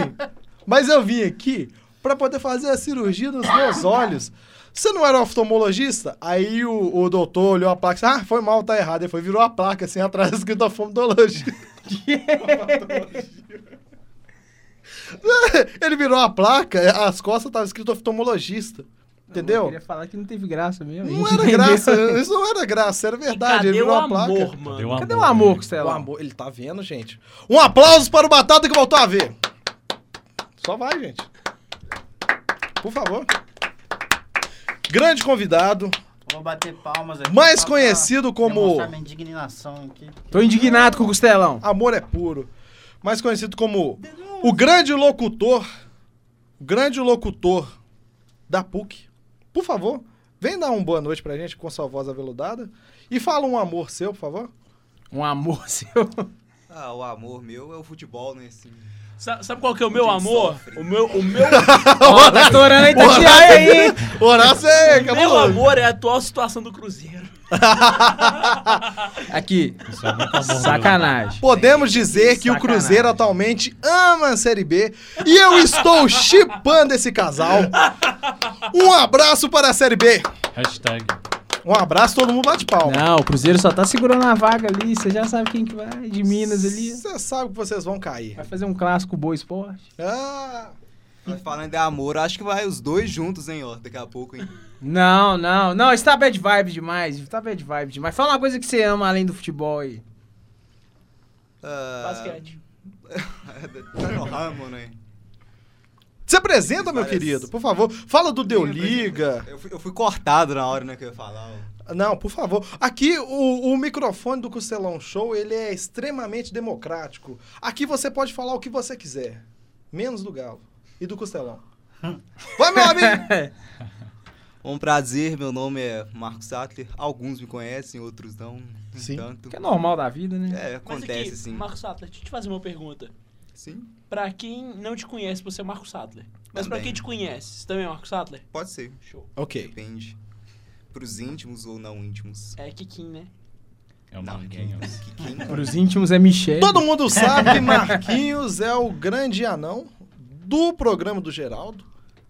Speaker 3: Mas eu vim aqui pra poder fazer a cirurgia nos meus olhos. Você não era oftalmologista? Aí o, o doutor olhou a placa e disse, Ah, foi mal, tá errado. Aí foi, virou a placa assim atrás escrito oftalmologista. *laughs* ele virou a placa, as costas estavam escrito oftalmologista.
Speaker 4: Eu
Speaker 3: Entendeu?
Speaker 4: queria falar que não teve graça mesmo.
Speaker 3: Não era graça, isso não era graça, era verdade.
Speaker 2: Cadê
Speaker 3: ele
Speaker 2: o
Speaker 3: virou a placa.
Speaker 2: amor, mano?
Speaker 1: Cadê o amor?
Speaker 4: Cadê o amor,
Speaker 1: dele?
Speaker 3: O
Speaker 4: Costelão?
Speaker 3: amor, ele tá vendo, gente. Um aplauso para o Batata que voltou a ver. Só vai, gente. Por favor. Grande convidado,
Speaker 7: Vou bater palmas aqui.
Speaker 3: mais
Speaker 7: só pra
Speaker 3: conhecido como
Speaker 7: demonstrar um minha indignação aqui.
Speaker 4: Tô indignado com o Costelão.
Speaker 3: Amor é Puro, mais conhecido como o grande locutor, o grande locutor da PUC. Por favor, vem dar uma boa noite pra gente com sua voz aveludada e fala um amor seu, por favor.
Speaker 4: Um amor *laughs* seu.
Speaker 10: Ah, o amor meu é o futebol, né? Assim.
Speaker 2: Sa- Sabe qual que é o meu amor? O meu, o meu,
Speaker 4: Ó, tá estourando aí, tá tirando aí, hein?
Speaker 3: Horácio é
Speaker 2: meu
Speaker 3: cabuloso.
Speaker 2: amor é a atual situação do Cruzeiro.
Speaker 4: Aqui.
Speaker 1: Isso é muito amor mesmo.
Speaker 4: Sacanagem.
Speaker 3: Podemos dizer que o
Speaker 4: Sacanagem.
Speaker 3: Cruzeiro atualmente ama a Série B e eu estou chipando esse casal. Um abraço para a Série B.
Speaker 1: Hashtag.
Speaker 3: Um abraço, todo mundo bate palma.
Speaker 4: Não, o Cruzeiro só tá segurando a vaga ali. Você já sabe quem que vai. De Minas ali.
Speaker 3: Você sabe que vocês vão cair.
Speaker 4: Vai fazer um clássico boa esporte?
Speaker 3: Ah,
Speaker 10: Mas falando de amor, acho que vai os dois juntos, hein, ó, daqui a pouco, hein.
Speaker 4: Não, não, não. Isso tá bad vibe demais. Isso tá bad vibe demais. Fala uma coisa que você ama além do futebol aí.
Speaker 10: Ah,
Speaker 2: Basquete.
Speaker 10: tá no ramo, né?
Speaker 3: se apresenta, meu
Speaker 10: Parece-
Speaker 3: querido, por favor. Fala do Deu Liga.
Speaker 10: Eu fui, eu fui cortado na hora, né, que eu ia falar. ó.
Speaker 3: Não, por favor. Aqui o, o microfone do Costelão Show ele é extremamente democrático. Aqui você pode falar o que você quiser, menos do Galo e do
Speaker 10: *laughs*
Speaker 3: Costelão. Vai, meu amigo!
Speaker 10: Um prazer, meu nome é Marcos Sattler. Alguns me conhecem, outros não.
Speaker 3: Sim.
Speaker 10: Sim. Tanto.
Speaker 4: Que é normal da vida, né?
Speaker 10: É,
Speaker 2: Mas
Speaker 10: acontece,
Speaker 2: aqui,
Speaker 10: assim.
Speaker 2: Marcos Sattler, deixa eu te fazer uma pergunta.
Speaker 10: Sim,
Speaker 2: Pra quem não te conhece, você é Marcos Sattler. Mas pra
Speaker 10: Também.
Speaker 2: quem te conhece, você também é Marcos Sattler?
Speaker 10: pode ser.
Speaker 2: Show.
Speaker 3: Ok.
Speaker 10: Depende. Pros íntimos ou não íntimos.
Speaker 2: É Kikin, né?
Speaker 1: É o
Speaker 10: Não,
Speaker 1: Marquinhos.
Speaker 10: que- quem-
Speaker 8: *laughs*
Speaker 4: Pros íntimos é Michel.
Speaker 3: Todo mundo sabe que Marquinhos é o grande anão do programa do Geraldo.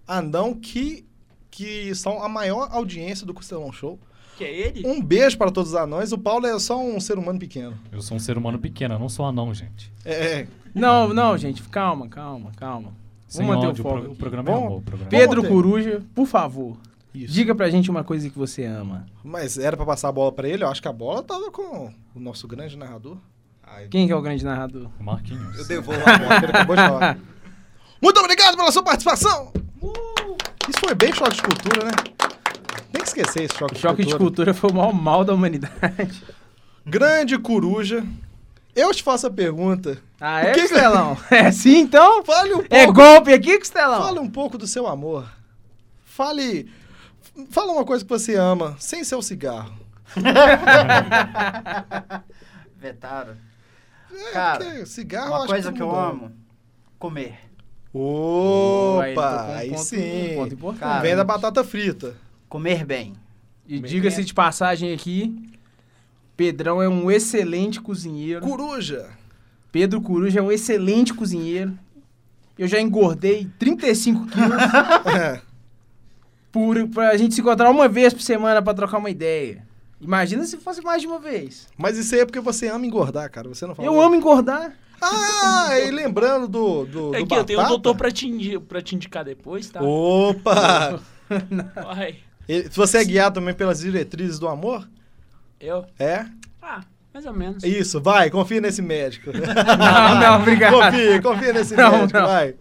Speaker 3: Anão que que são a maior audiência do Costelão Show.
Speaker 2: Que é ele?
Speaker 3: Um beijo para todos os anões. O Paulo é só um ser humano pequeno.
Speaker 1: Eu sou um ser humano pequeno, eu não sou anão, gente.
Speaker 3: É, é.
Speaker 4: Não, não, gente, calma, calma, calma.
Speaker 1: Sem
Speaker 4: manter o
Speaker 1: ódio,
Speaker 4: foco
Speaker 1: pro- o
Speaker 4: aqui.
Speaker 1: programa é
Speaker 3: Bom,
Speaker 1: amor. O programa. é
Speaker 4: Pedro
Speaker 3: manter.
Speaker 4: Coruja, por favor,
Speaker 3: Isso.
Speaker 4: diga pra gente uma coisa que você ama.
Speaker 3: Mas era pra passar a bola pra ele, eu acho que a bola tava com o nosso grande narrador.
Speaker 10: Ai,
Speaker 4: *laughs* Quem que é o grande narrador?
Speaker 1: amor. Marquinhos.
Speaker 10: eu devolvo a bola.
Speaker 3: Ele acabou de falar. Muito obrigado pela sua participação! Uh! Isso foi bem choque de cultura, né? Tem que esquecer esse choque,
Speaker 4: O choque de cultura foi o maior mal da humanidade.
Speaker 3: Grande coruja. Eu te faço a pergunta.
Speaker 4: Ah,
Speaker 3: O
Speaker 4: é,
Speaker 3: que que-
Speaker 4: Costelão? *laughs* É assim, então?
Speaker 3: Fale um pouco.
Speaker 4: É golpe aqui, Costelão?
Speaker 3: Fale um pouco do seu amor. Fale. Fala uma coisa que você ama, sem ser o cigarro.
Speaker 7: Vetaram.
Speaker 3: É,
Speaker 7: Cara,
Speaker 3: porque cigarro eu
Speaker 7: Uma
Speaker 3: acho tá
Speaker 7: coisa
Speaker 3: todo
Speaker 7: que eu
Speaker 3: mundo ama.
Speaker 7: amo, comer.
Speaker 4: Aí ele
Speaker 3: Opa,
Speaker 4: tocou um
Speaker 3: aí,
Speaker 4: ponto- um
Speaker 3: sim.
Speaker 4: ponto importante.
Speaker 7: Cara,
Speaker 3: Vem da batata frita.
Speaker 7: Comer bem.
Speaker 4: E diga-se de passagem aqui, Pedrão é um excelente cozinheiro. *laughs*
Speaker 3: Coruja.
Speaker 4: Pedro Coruja é um excelente cozinheiro. Eu já engordei 35 *laughs* quilos
Speaker 3: É.
Speaker 4: por, pra gente se encontrar uma vez por semana pra trocar uma ideia. Imagina se fosse mais de uma vez.
Speaker 3: Mas isso aí é porque você ama engordar, cara. Você não fala.
Speaker 4: Eu amo *laughs* engordar.
Speaker 3: Ah, e lembrando do.
Speaker 4: É
Speaker 3: do,
Speaker 2: Aqui,
Speaker 3: do
Speaker 2: eu tenho um
Speaker 3: batata.
Speaker 2: doutor pra te, indi- pra te indicar depois, tá?
Speaker 3: Opa!
Speaker 2: Vai.
Speaker 3: Ele- Se você é guiado também pelas diretrizes do amor,
Speaker 2: Eu?
Speaker 3: é?
Speaker 2: Ah, mais ou menos.
Speaker 3: Isso, vai, confia nesse
Speaker 4: *laughs*
Speaker 3: médico. *laughs*
Speaker 4: Não, não, obrigado.
Speaker 3: Confia, confia nesse
Speaker 4: Não,
Speaker 3: médico,
Speaker 4: não.
Speaker 3: vai.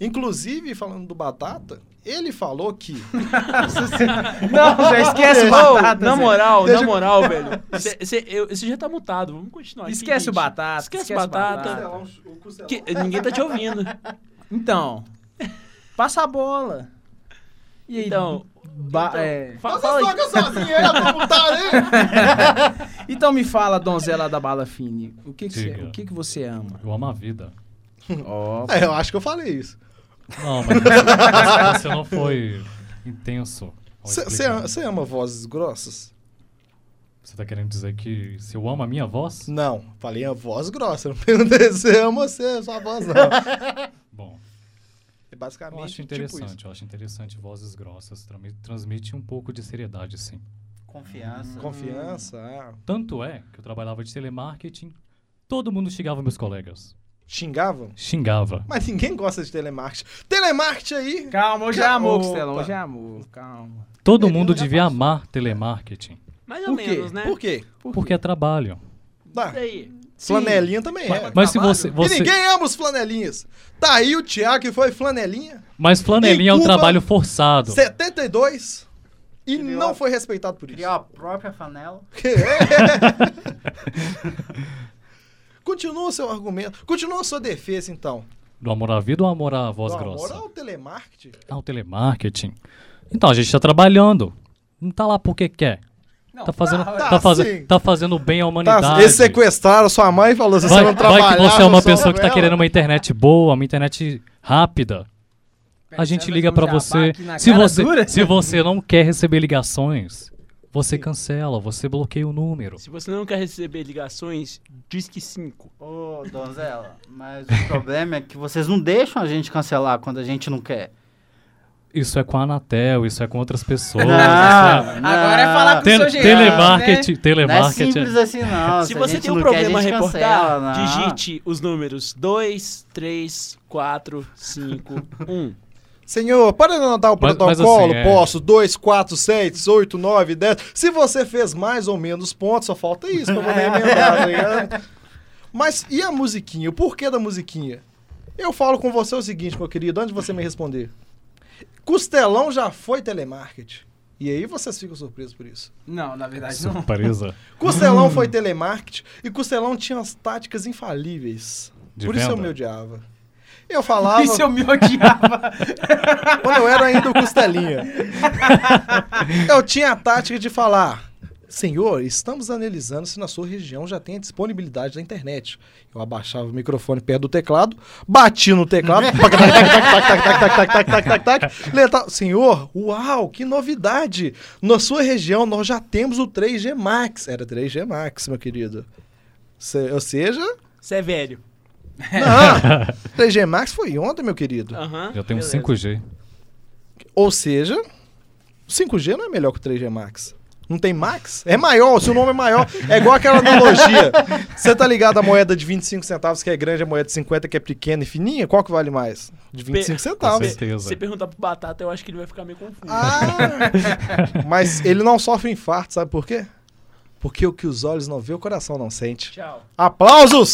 Speaker 3: Inclusive, falando do Batata, ele falou que.
Speaker 4: Não, já esquece o
Speaker 2: Ô,
Speaker 4: batata.
Speaker 2: na
Speaker 4: Zé.
Speaker 2: moral,
Speaker 3: Deixa
Speaker 2: na
Speaker 3: eu-
Speaker 2: moral, velho. *laughs* Cê- cê- eu- Você já tá mutado, vamos continuar. aqui,
Speaker 4: Esquece o
Speaker 2: gente.
Speaker 4: batata.
Speaker 2: Esquece o
Speaker 4: Ah.
Speaker 2: batata. Que- ninguém tá te
Speaker 4: *laughs*
Speaker 2: ouvindo.
Speaker 4: Então, passa a bola. E aí,
Speaker 2: Então,
Speaker 4: ba- é,
Speaker 2: fa- fala aí.
Speaker 3: sozinho, eu vou botar,
Speaker 4: *laughs*
Speaker 3: né?
Speaker 4: Então me fala, donzela da bala fine, o que que você,
Speaker 1: Diga.
Speaker 4: o que que você
Speaker 1: *laughs*
Speaker 4: ama?
Speaker 1: Eu amo a vida.
Speaker 4: Ó,
Speaker 3: É, eu acho que eu falei isso.
Speaker 1: Não, mas você não foi intenso. ao explicar. né?
Speaker 3: Você ama vozes grossas?
Speaker 1: Você tá querendo dizer que se eu amo a minha voz?
Speaker 3: Não, falei a voz grossa. Não *laughs* perguntei se você ama você, sua voz não.
Speaker 1: Bom,
Speaker 3: É basicamente.
Speaker 1: eu acho
Speaker 3: Tipo
Speaker 1: interessante.
Speaker 3: isso.
Speaker 1: eu acho interessante vozes grossas. tram- Transmite um pouco de seriedade, sim.
Speaker 7: Confiança.
Speaker 3: Hum, Confiança. ah.
Speaker 1: Tanto é que eu trabalhava de telemarketing. Todo mundo xingava meus colegas.
Speaker 3: Xingavam?
Speaker 1: Xingava.
Speaker 3: Mas ninguém gosta de telemarketing. Telemarketing aí.
Speaker 4: calma, hoje é amor,
Speaker 3: Opa.
Speaker 4: Costelão, hoje é amor, calma.
Speaker 1: Todo
Speaker 3: Ele
Speaker 1: mundo
Speaker 3: nunca
Speaker 1: devia
Speaker 3: passa.
Speaker 1: amar telemarketing.
Speaker 2: Mais ou
Speaker 4: Por quê?
Speaker 2: menos, né?
Speaker 3: Por quê?
Speaker 1: Porque é trabalho.
Speaker 3: Tá.
Speaker 2: Isso aí.
Speaker 3: Flanelinha também é.
Speaker 1: Mas se você. você
Speaker 3: E ninguém ama os flanelinhas. Tá aí o Thiago que foi flanelinha.
Speaker 1: mas flanelinha é um
Speaker 3: Em Cuba,
Speaker 1: trabalho forçado.
Speaker 3: 72. E
Speaker 7: Criou-
Speaker 3: não foi respeitado por isso.
Speaker 7: Criou a própria panela.
Speaker 1: *laughs*
Speaker 3: Continua o seu argumento. Continua a sua defesa, então.
Speaker 1: Do amor à vida ou amor à voz
Speaker 3: Do
Speaker 1: grossa?
Speaker 3: Amor ao telemarketing.
Speaker 1: Ah, o telemarketing. Então, a gente tá trabalhando. Não tá lá porque quer. tá fazendo, tá,
Speaker 3: tá
Speaker 1: faze-
Speaker 3: sim.
Speaker 1: tá fazendo bem à humanidade.
Speaker 3: Tá, eles sequestraram sua mãe e falou: se você
Speaker 1: vai,
Speaker 3: não
Speaker 1: vai
Speaker 3: trabalhar.
Speaker 1: que você é uma
Speaker 3: eu sou
Speaker 1: pessoa que tá
Speaker 3: ela."
Speaker 1: querendo uma internet boa, uma internet rápida. A gente
Speaker 4: Pensando
Speaker 1: liga
Speaker 4: no
Speaker 1: pra
Speaker 4: jabá
Speaker 1: você.
Speaker 4: aqui na
Speaker 1: Se
Speaker 4: cara
Speaker 1: você,
Speaker 4: dura.
Speaker 1: se você não quer receber ligações, você cancela, você bloqueia o número.
Speaker 2: Se você não quer receber ligações, diz que 5.
Speaker 7: Ô, donzela, mas o problema é que vocês não deixam a gente cancelar quando a gente não quer.
Speaker 1: Isso é com a Anatel, isso é com outras
Speaker 7: *laughs*
Speaker 1: pessoas.
Speaker 7: Ah.
Speaker 1: isso é-
Speaker 4: Agora é falar com o
Speaker 1: Tele-
Speaker 4: seu gerente,
Speaker 1: telemarketing,
Speaker 7: Não é
Speaker 1: telemarketing.
Speaker 7: simples assim, não.
Speaker 2: Se
Speaker 7: a
Speaker 2: você
Speaker 7: gente
Speaker 2: tem um
Speaker 7: não
Speaker 2: problema a
Speaker 7: quer, a gente
Speaker 2: reportar,
Speaker 7: cancela, não. *laughs*
Speaker 2: digite os números 2, 3, 4, 5, 1.
Speaker 3: Senhor, para de anotar o
Speaker 1: Mas- mas
Speaker 3: protocolo,
Speaker 1: assim, é-
Speaker 3: posso, 2, 4, 7, 8, 9, 10. Se você fez mais ou menos pontos, só falta isso pra poder emendar, tá ligado?
Speaker 1: *laughs*
Speaker 3: Mas e a musiquinha? O porquê da musiquinha? Eu falo com você o seguinte, meu querido, antes de você me responder. Costelão já foi telemarketing. E aí vocês ficam surpresos por isso.
Speaker 4: Não, na verdade não.
Speaker 1: Surpresa. Hum.
Speaker 3: Costelão foi telemarketing e Costelão tinha as táticas infalíveis.
Speaker 1: De
Speaker 3: por isso é eu
Speaker 1: venda?
Speaker 3: me odiava. Eu falava
Speaker 4: *laughs* Isso eu me odiava.
Speaker 3: quando eu era ainda o Costelinha. eu tinha a tática de falar. Senhor, estamos analisando se na sua região já tem a disponibilidade da internet. Eu abaixava o microfone perto do teclado, bati no teclado. tac, tac, tac, tac, tac, tac, tac, tac, tac, tac, tac. Letal- Senhor, uau, que novidade! Na sua região nós já temos o 3G Max. Era 3G Max, meu querido. Se- ou seja,
Speaker 2: Você é velho.
Speaker 3: não. 3G Max foi ontem, meu querido.
Speaker 2: Aham.
Speaker 1: Já tem um
Speaker 2: beleza.
Speaker 1: 5G.
Speaker 3: Ou seja, o 5G não é melhor que o 3G Max. Não tem Max? É maior, se o nome é maior. É igual aquela analogia. Você tá ligado à moeda de 25 centavos, que é grande, a moeda de 50, que é pequena e fininha? Qual que vale mais? De 25
Speaker 1: Com
Speaker 3: centavos.
Speaker 2: Se você
Speaker 1: certeza.
Speaker 2: perguntar pro Batata, eu acho que ele vai ficar meio confuso.
Speaker 3: Ah! Mas ele não sofre infarto, sabe por quê? Porque o que os olhos não vê, o coração não sente.
Speaker 2: Tchau.
Speaker 3: Aplausos!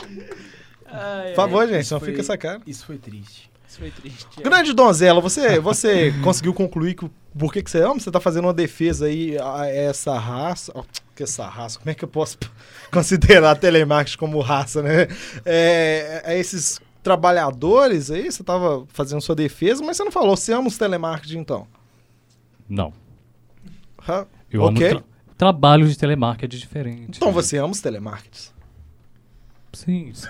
Speaker 2: Ai,
Speaker 3: Por
Speaker 2: ai,
Speaker 3: favor, gente,
Speaker 4: isso
Speaker 3: não
Speaker 4: foi-
Speaker 3: fica essa cara.
Speaker 4: Isso foi triste.
Speaker 2: Isso foi triste. é.
Speaker 3: Grande donzela, você, você *laughs* conseguiu concluir que, o- por que, que você ama? Você tá fazendo uma defesa aí a essa raça. ó, que essa raça, como é que eu posso *laughs* considerar telemarketing como raça, né? É, a esses trabalhadores aí, você tava fazendo sua defesa, mas você não falou, você ama os telemarketing então?
Speaker 1: Não.
Speaker 3: Hã?
Speaker 1: Eu
Speaker 3: Ok.
Speaker 1: amo tra trabalho de telemarketing diferente.
Speaker 3: Então
Speaker 1: né?
Speaker 3: você ama os telemarketings?
Speaker 1: Sim, sim.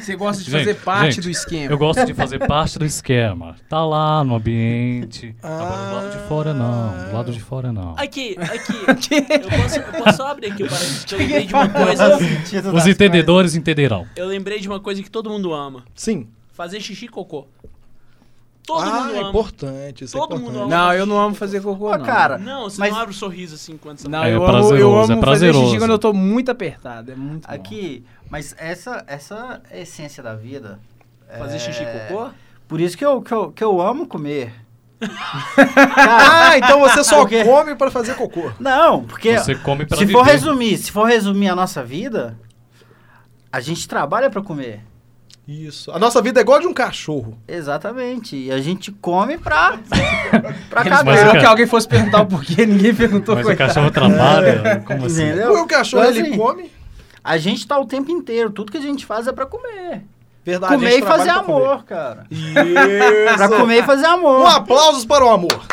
Speaker 4: Você gosta de
Speaker 1: Gente,
Speaker 4: fazer parte
Speaker 1: gente,
Speaker 4: do esquema.
Speaker 1: Eu gosto de fazer parte do esquema. Tá lá no ambiente.
Speaker 3: Ah.
Speaker 1: Agora do lado de fora não. Do lado de fora não.
Speaker 2: Aqui, aqui. eu, posso, eu posso só abrir aqui o parênteses, que eu lembrei de uma coisa.
Speaker 1: Os entendedores entenderão.
Speaker 2: Eu lembrei de uma coisa que todo mundo ama.
Speaker 3: Sim.
Speaker 2: Fazer xixi e cocô. Todo
Speaker 3: ah,
Speaker 2: mundo
Speaker 3: é
Speaker 2: ama.
Speaker 3: importante, isso
Speaker 2: Todo
Speaker 3: é
Speaker 2: mundo
Speaker 3: importante.
Speaker 2: ama.
Speaker 4: *laughs* Não, eu não amo fazer cocô,
Speaker 7: Ó,
Speaker 4: não.
Speaker 7: cara,
Speaker 2: Não, você
Speaker 7: Mas-
Speaker 2: não abre o sorriso assim quando você
Speaker 4: Não,
Speaker 1: É
Speaker 4: eu, amo, eu
Speaker 1: prazeroso,
Speaker 4: amo
Speaker 1: é
Speaker 4: fazer xixi
Speaker 1: prazeroso.
Speaker 4: quando eu tô muito apertado. É muito bom.
Speaker 7: Aqui, mas essa, essa é a essência da vida. é,
Speaker 2: Fazer xixi e cocô?
Speaker 7: Por isso que eu, que eu, que eu amo comer.
Speaker 3: *laughs* Ah, então você só
Speaker 7: O quê?
Speaker 3: come pra fazer cocô.
Speaker 7: Não,
Speaker 3: É.
Speaker 7: porque
Speaker 1: Você come pra
Speaker 7: se
Speaker 1: viver.
Speaker 7: for resumir, se for resumir a nossa vida, a gente trabalha pra comer.
Speaker 3: Isso. A nossa vida é igual a de um cachorro.
Speaker 7: Exatamente. E a gente
Speaker 3: *laughs*
Speaker 7: come pra pra
Speaker 1: Eles- Mas
Speaker 7: caber.
Speaker 1: o
Speaker 4: Esperou
Speaker 1: ca-
Speaker 4: é que alguém fosse perguntar o porquê, ninguém perguntou.
Speaker 1: Mas é o
Speaker 4: coitado.
Speaker 1: cachorro
Speaker 3: É.
Speaker 1: trabalha? Como assim?
Speaker 7: Entendeu?
Speaker 3: Ou o cachorro
Speaker 7: Então,
Speaker 3: ele
Speaker 7: assim,
Speaker 3: come.
Speaker 7: A gente tá o tempo inteiro, tudo que a gente faz é pra comer.
Speaker 3: Verdade, a
Speaker 7: comer
Speaker 3: gente
Speaker 7: e fazer
Speaker 3: trabalha pra comer.
Speaker 7: amor, cara.
Speaker 3: Isso.
Speaker 7: Pra comer e fazer
Speaker 3: Um
Speaker 7: amor.
Speaker 3: aplausos para o amor.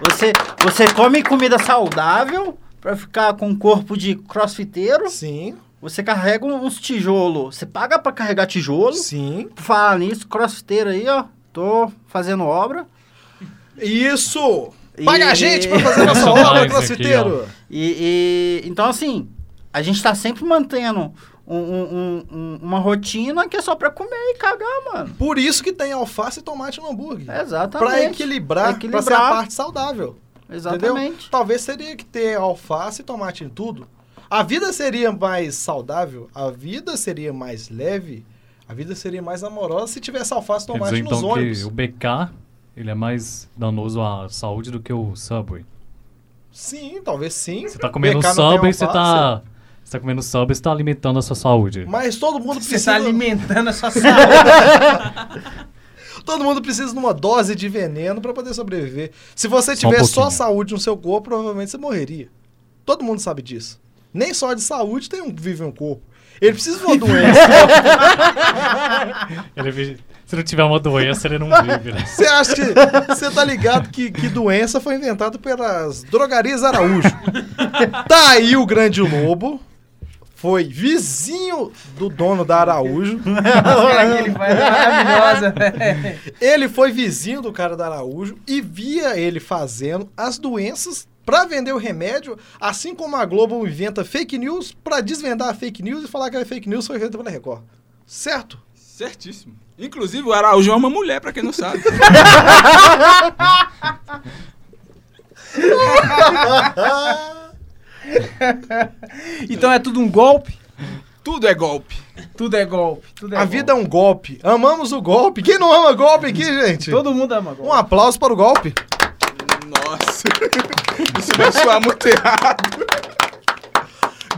Speaker 7: Você, você come comida saudável pra ficar com um corpo de crossfiteiro.
Speaker 3: Sim,
Speaker 7: Você carrega uns tijolos. Você paga pra carregar tijolo.
Speaker 3: sim.
Speaker 7: Fala nisso, crossfiteiro aí, ó. Tô fazendo obra.
Speaker 3: Isso! Paga a
Speaker 7: E-
Speaker 3: gente pra fazer nossa
Speaker 1: Personagens
Speaker 3: obra,
Speaker 1: aqui,
Speaker 3: crossfiteiro.
Speaker 7: E, e- então, assim, a gente tá sempre mantendo um- um- um- um- uma rotina que é só pra comer e cagar, mano.
Speaker 3: Por isso que tem alface e tomate no hambúrguer.
Speaker 7: Exatamente.
Speaker 3: Pra equilibrar,
Speaker 7: Equilibrar.
Speaker 3: pra ser a parte saudável.
Speaker 7: Exatamente.
Speaker 3: Talvez teria que ter alface e tomate em tudo. A vida seria mais saudável, a vida seria mais leve, a vida seria mais amorosa se tivesse alface e
Speaker 1: Quer
Speaker 3: tomate
Speaker 1: dizer,
Speaker 3: nos
Speaker 1: então,
Speaker 3: ônibus.
Speaker 1: que o BK ele é mais danoso à saúde do que o Subway.
Speaker 3: Sim, talvez sim.
Speaker 1: Você tá comendo
Speaker 3: BK não tem
Speaker 1: Subway, você tá...
Speaker 3: alface.
Speaker 1: Você tá comendo Subway, você tá alimentando a sua saúde.
Speaker 3: Mas todo mundo
Speaker 4: Você
Speaker 3: precisa.
Speaker 4: tá alimentando a sua saúde. né,
Speaker 3: Todo mundo precisa de uma dose de veneno pra poder sobreviver. Se você
Speaker 1: Só um
Speaker 3: tiver só
Speaker 1: pouquinho.
Speaker 3: saúde no seu corpo, provavelmente você morreria. Todo mundo sabe disso. Nem só de saúde tem um vive um corpo. Ele precisa de uma
Speaker 1: um
Speaker 3: doença.
Speaker 1: Ele vive- se não tiver uma
Speaker 3: *laughs*
Speaker 1: doença, ele não vive, né?
Speaker 3: Você acha que. Você tá ligado que, que doença foi inventada pelas drogarias
Speaker 1: *laughs*
Speaker 3: Araújo? Tá aí o grande lobo. Foi vizinho do dono da Araújo.
Speaker 4: Aquele vai é maravilhosa, né? velho.
Speaker 3: Ele foi vizinho do cara da Araújo e via ele fazendo as doenças pra vender o remédio, assim como a Globo inventa fake news pra desvendar a fake news e falar que a fake news foi feita pela Record. Certo?
Speaker 6: Certíssimo. Inclusive, o Araújo é uma mulher, pra quem não sabe.
Speaker 4: *laughs* Então é tudo um golpe?
Speaker 6: Tudo é golpe.
Speaker 4: Tudo é golpe. Tudo é
Speaker 3: A
Speaker 4: golpe.
Speaker 3: vida é um golpe. Amamos o golpe. Quem não ama golpe
Speaker 4: *laughs*
Speaker 3: aqui, gente?
Speaker 4: Todo mundo ama
Speaker 3: Um
Speaker 4: golpe.
Speaker 3: aplauso para o golpe.
Speaker 6: Nossa. Isso vai soar muito errado.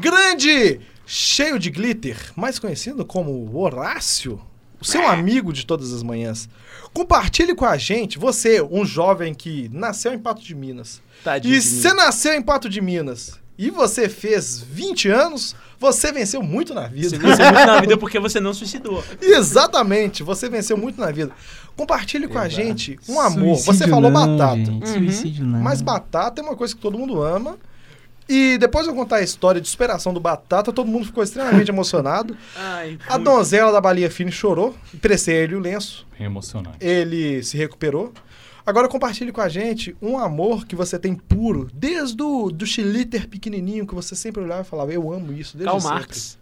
Speaker 3: Grande, cheio de glitter, mais conhecido como Horácio, o seu amigo de todas as manhãs. Compartilhe com a gente, você, um jovem que nasceu em Pato de Minas.
Speaker 2: Tadinho.
Speaker 3: E
Speaker 2: de mim.
Speaker 3: você nasceu em Pato de Minas. E você fez 20 anos, você venceu muito na vida.
Speaker 2: Você nasceu muito *laughs* na vida porque você não suicidou.
Speaker 3: *laughs* Exatamente, você venceu muito na vida. Compartilhe com a gente um amor. você
Speaker 4: Suicídio
Speaker 3: falou
Speaker 4: não,
Speaker 3: batata. Uhum.
Speaker 4: gente, Suicídio não.
Speaker 3: Mas batata é uma coisa que todo mundo ama. E depois de eu contar a história de superação do Batata, todo mundo ficou
Speaker 4: *laughs*
Speaker 3: extremamente emocionado.
Speaker 2: Ai,
Speaker 3: A
Speaker 2: muito.
Speaker 3: donzela da Balia Fine chorou, trecei ele o lenço,
Speaker 1: Bem emocionante.
Speaker 3: ele se recuperou. Agora compartilhe com a gente um amor que você tem puro,
Speaker 2: é
Speaker 3: desde o do chilíter pequenininho que você sempre olhava e falava, eu amo isso, desde
Speaker 2: Karl
Speaker 3: sempre.
Speaker 2: Marx.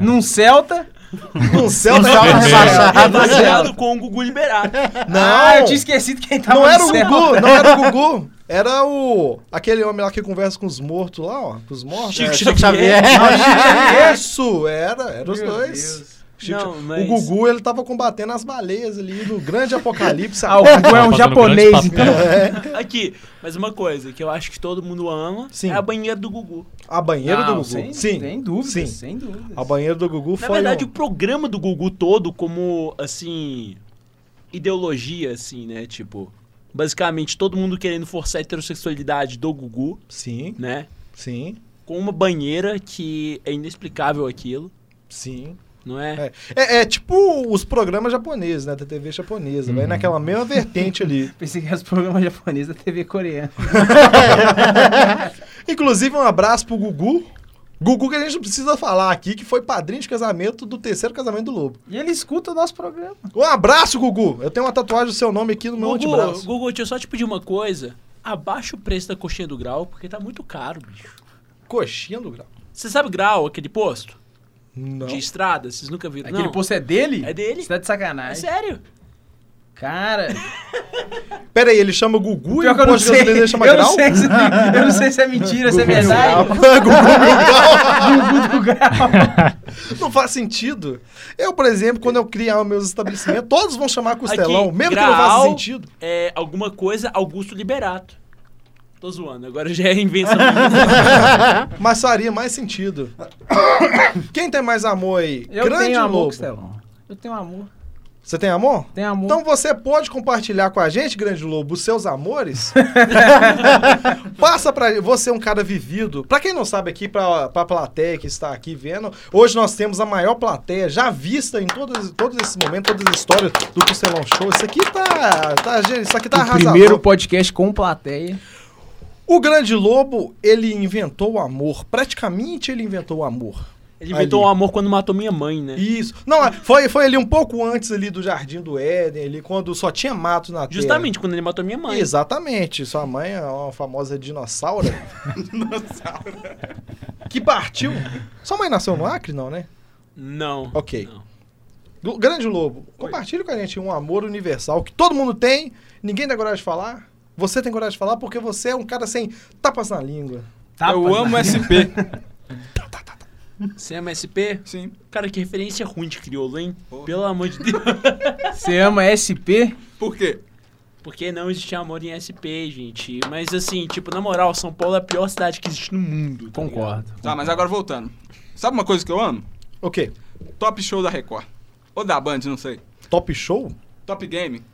Speaker 4: Num Celta.
Speaker 3: *laughs* Um céu
Speaker 7: Um
Speaker 4: é
Speaker 7: céu rebaixado.
Speaker 3: da
Speaker 7: Ah,
Speaker 2: Baseado com o Gugu liberado.
Speaker 3: Não,
Speaker 4: Ah, eu tinha esquecido quem tava
Speaker 3: não
Speaker 4: no
Speaker 3: era o
Speaker 4: Celta.
Speaker 3: Gugu, não era o Gugu. Era o. Aquele homem lá que conversa com os mortos lá, ó. Com os mortos.
Speaker 2: Chico
Speaker 7: Chico
Speaker 2: Xavier.
Speaker 7: Xavier.
Speaker 2: *laughs*
Speaker 3: é Isso, era, era os dois. Chico
Speaker 2: Não,
Speaker 3: Xavier.
Speaker 2: mas-
Speaker 3: O Gugu, ele tava combatendo as baleias ali do grande apocalipse. É.
Speaker 4: Ah, o
Speaker 3: agora.
Speaker 4: Gugu é um
Speaker 1: Fazendo
Speaker 4: japonês,
Speaker 1: grande papel.
Speaker 4: então.
Speaker 2: Aqui, mas uma coisa que eu acho que todo mundo ama
Speaker 3: Sim.
Speaker 2: é a banheira do Gugu.
Speaker 3: A
Speaker 2: Ah,
Speaker 3: banheira do
Speaker 4: Não,
Speaker 3: Gugu.
Speaker 4: Ah, sem-
Speaker 3: Sim.
Speaker 4: Sem dúvidas,
Speaker 3: Sim.
Speaker 4: sem dúvidas.
Speaker 3: A banheira do Gugu
Speaker 2: Na
Speaker 3: foi.
Speaker 2: verdade,
Speaker 3: um-
Speaker 2: o programa do Gugu todo, como, assim, ideologia, assim, né? Tipo, basicamente todo mundo querendo forçar a heterossexualidade do Gugu,
Speaker 3: Sim,
Speaker 2: né?
Speaker 3: sim,
Speaker 2: Com uma banheira que é inexplicável aquilo,
Speaker 3: sim.
Speaker 2: não é?
Speaker 3: É, é tipo os programas japoneses, né? Da TV japonesa.
Speaker 2: Uhum.
Speaker 3: Vai naquela mesma vertente
Speaker 2: *laughs*
Speaker 3: ali.
Speaker 4: Pensei que era os programas japoneses da TV coreana.
Speaker 3: Inclusive, um abraço pro Gugu. Gugu que a gente não precisa falar aqui, que foi padrinho de casamento do terceiro casamento do Lobo.
Speaker 4: E ele escuta o nosso programa.
Speaker 3: Um abraço, Gugu! Eu tenho uma tatuagem do seu nome aqui no meu
Speaker 2: Gugu,
Speaker 3: antebraço.
Speaker 2: Gugu, deixa eu só te pedir uma coisa. Abaixa o preço da coxinha do grau, porque tá muito caro, bicho.
Speaker 3: Coxinha do grau.
Speaker 2: Você sabe grau, aquele posto?
Speaker 3: Não.
Speaker 2: De estrada, vocês nunca viram,
Speaker 4: Aquele
Speaker 2: não?
Speaker 4: posto é dele?
Speaker 2: É dele.
Speaker 4: Você tá de
Speaker 2: É
Speaker 4: sacanagem.
Speaker 2: sério.
Speaker 4: Cara,
Speaker 3: Pera aí, ele chama Gugu e
Speaker 4: pior
Speaker 3: o
Speaker 4: que eu não
Speaker 3: posto de
Speaker 4: sei.
Speaker 3: gasolina ele chama
Speaker 4: eu,
Speaker 3: grau? *laughs*
Speaker 4: não sei se, eu não sei se é mentira, se é verdade. Gugu do grau.
Speaker 3: Não faz sentido. Eu, por exemplo, quando eu criar os meus estabelecimentos, todos vão chamar costelão,
Speaker 2: Aqui,
Speaker 3: mesmo que não faça
Speaker 2: grau.
Speaker 3: sentido.
Speaker 2: É alguma coisa Augusto Liberato. Tô zoando, agora já é invenção.
Speaker 3: Mas faria mais sentido. Quem tem mais amor aí?
Speaker 4: Eu
Speaker 3: Grande
Speaker 4: tenho amor,
Speaker 3: Lobo.
Speaker 4: Costelão. Eu tenho amor.
Speaker 3: Você tem amor?
Speaker 4: Tenho amor.
Speaker 3: Então você pode compartilhar com a gente, Grande Lobo, os seus
Speaker 4: *laughs*
Speaker 3: amores? Passa pra você é um cara vivido. Pra quem não sabe aqui, pra, pra plateia que está aqui vendo, hoje nós temos a maior plateia já vista em todos, todos esses momentos, todas as histórias do Costelão Show. Isso aqui tá, tá gente, isso aqui tá
Speaker 4: o
Speaker 3: arrasador.
Speaker 4: primeiro podcast com plateia.
Speaker 3: O Grande Lobo, ele inventou o amor. Praticamente ele inventou o amor.
Speaker 2: Ele inventou o
Speaker 3: Ali.
Speaker 2: amor quando matou minha mãe, né?
Speaker 3: Isso. Não, foi, foi ali um pouco antes ali do Jardim do Éden, ali quando só tinha mato na terra.
Speaker 2: Justamente quando ele matou minha mãe.
Speaker 3: Exatamente. Sua mãe é uma famosa
Speaker 6: *laughs*
Speaker 3: dinossauro. dinossauro. que partiu. Sua mãe nasceu no Acre, não, né?
Speaker 2: Não.
Speaker 3: Ok.
Speaker 2: Não.
Speaker 3: Lo- Grande Lobo, compartilhe com a gente um amor universal que todo mundo tem, ninguém tem coragem de falar. Você tem coragem de falar porque você é um cara sem tapas na língua.
Speaker 6: Eu amo SP.
Speaker 2: Você é MSP?
Speaker 6: Sim.
Speaker 2: Cara, que referência ruim de crioulo, hein? Pelo amor de Deus. *laughs*
Speaker 4: Você ama SP?
Speaker 6: Por quê?
Speaker 2: Porque não existe amor em SP, gente. Mas assim, tipo, na moral, São Paulo é a pior cidade que existe no mundo. tá
Speaker 4: Concordo.
Speaker 6: Tá, mas agora voltando. Sabe uma coisa que eu amo?
Speaker 3: O quê?
Speaker 6: Top Show da Record. Ou da Band, não sei.
Speaker 3: Top show?
Speaker 6: Top Game.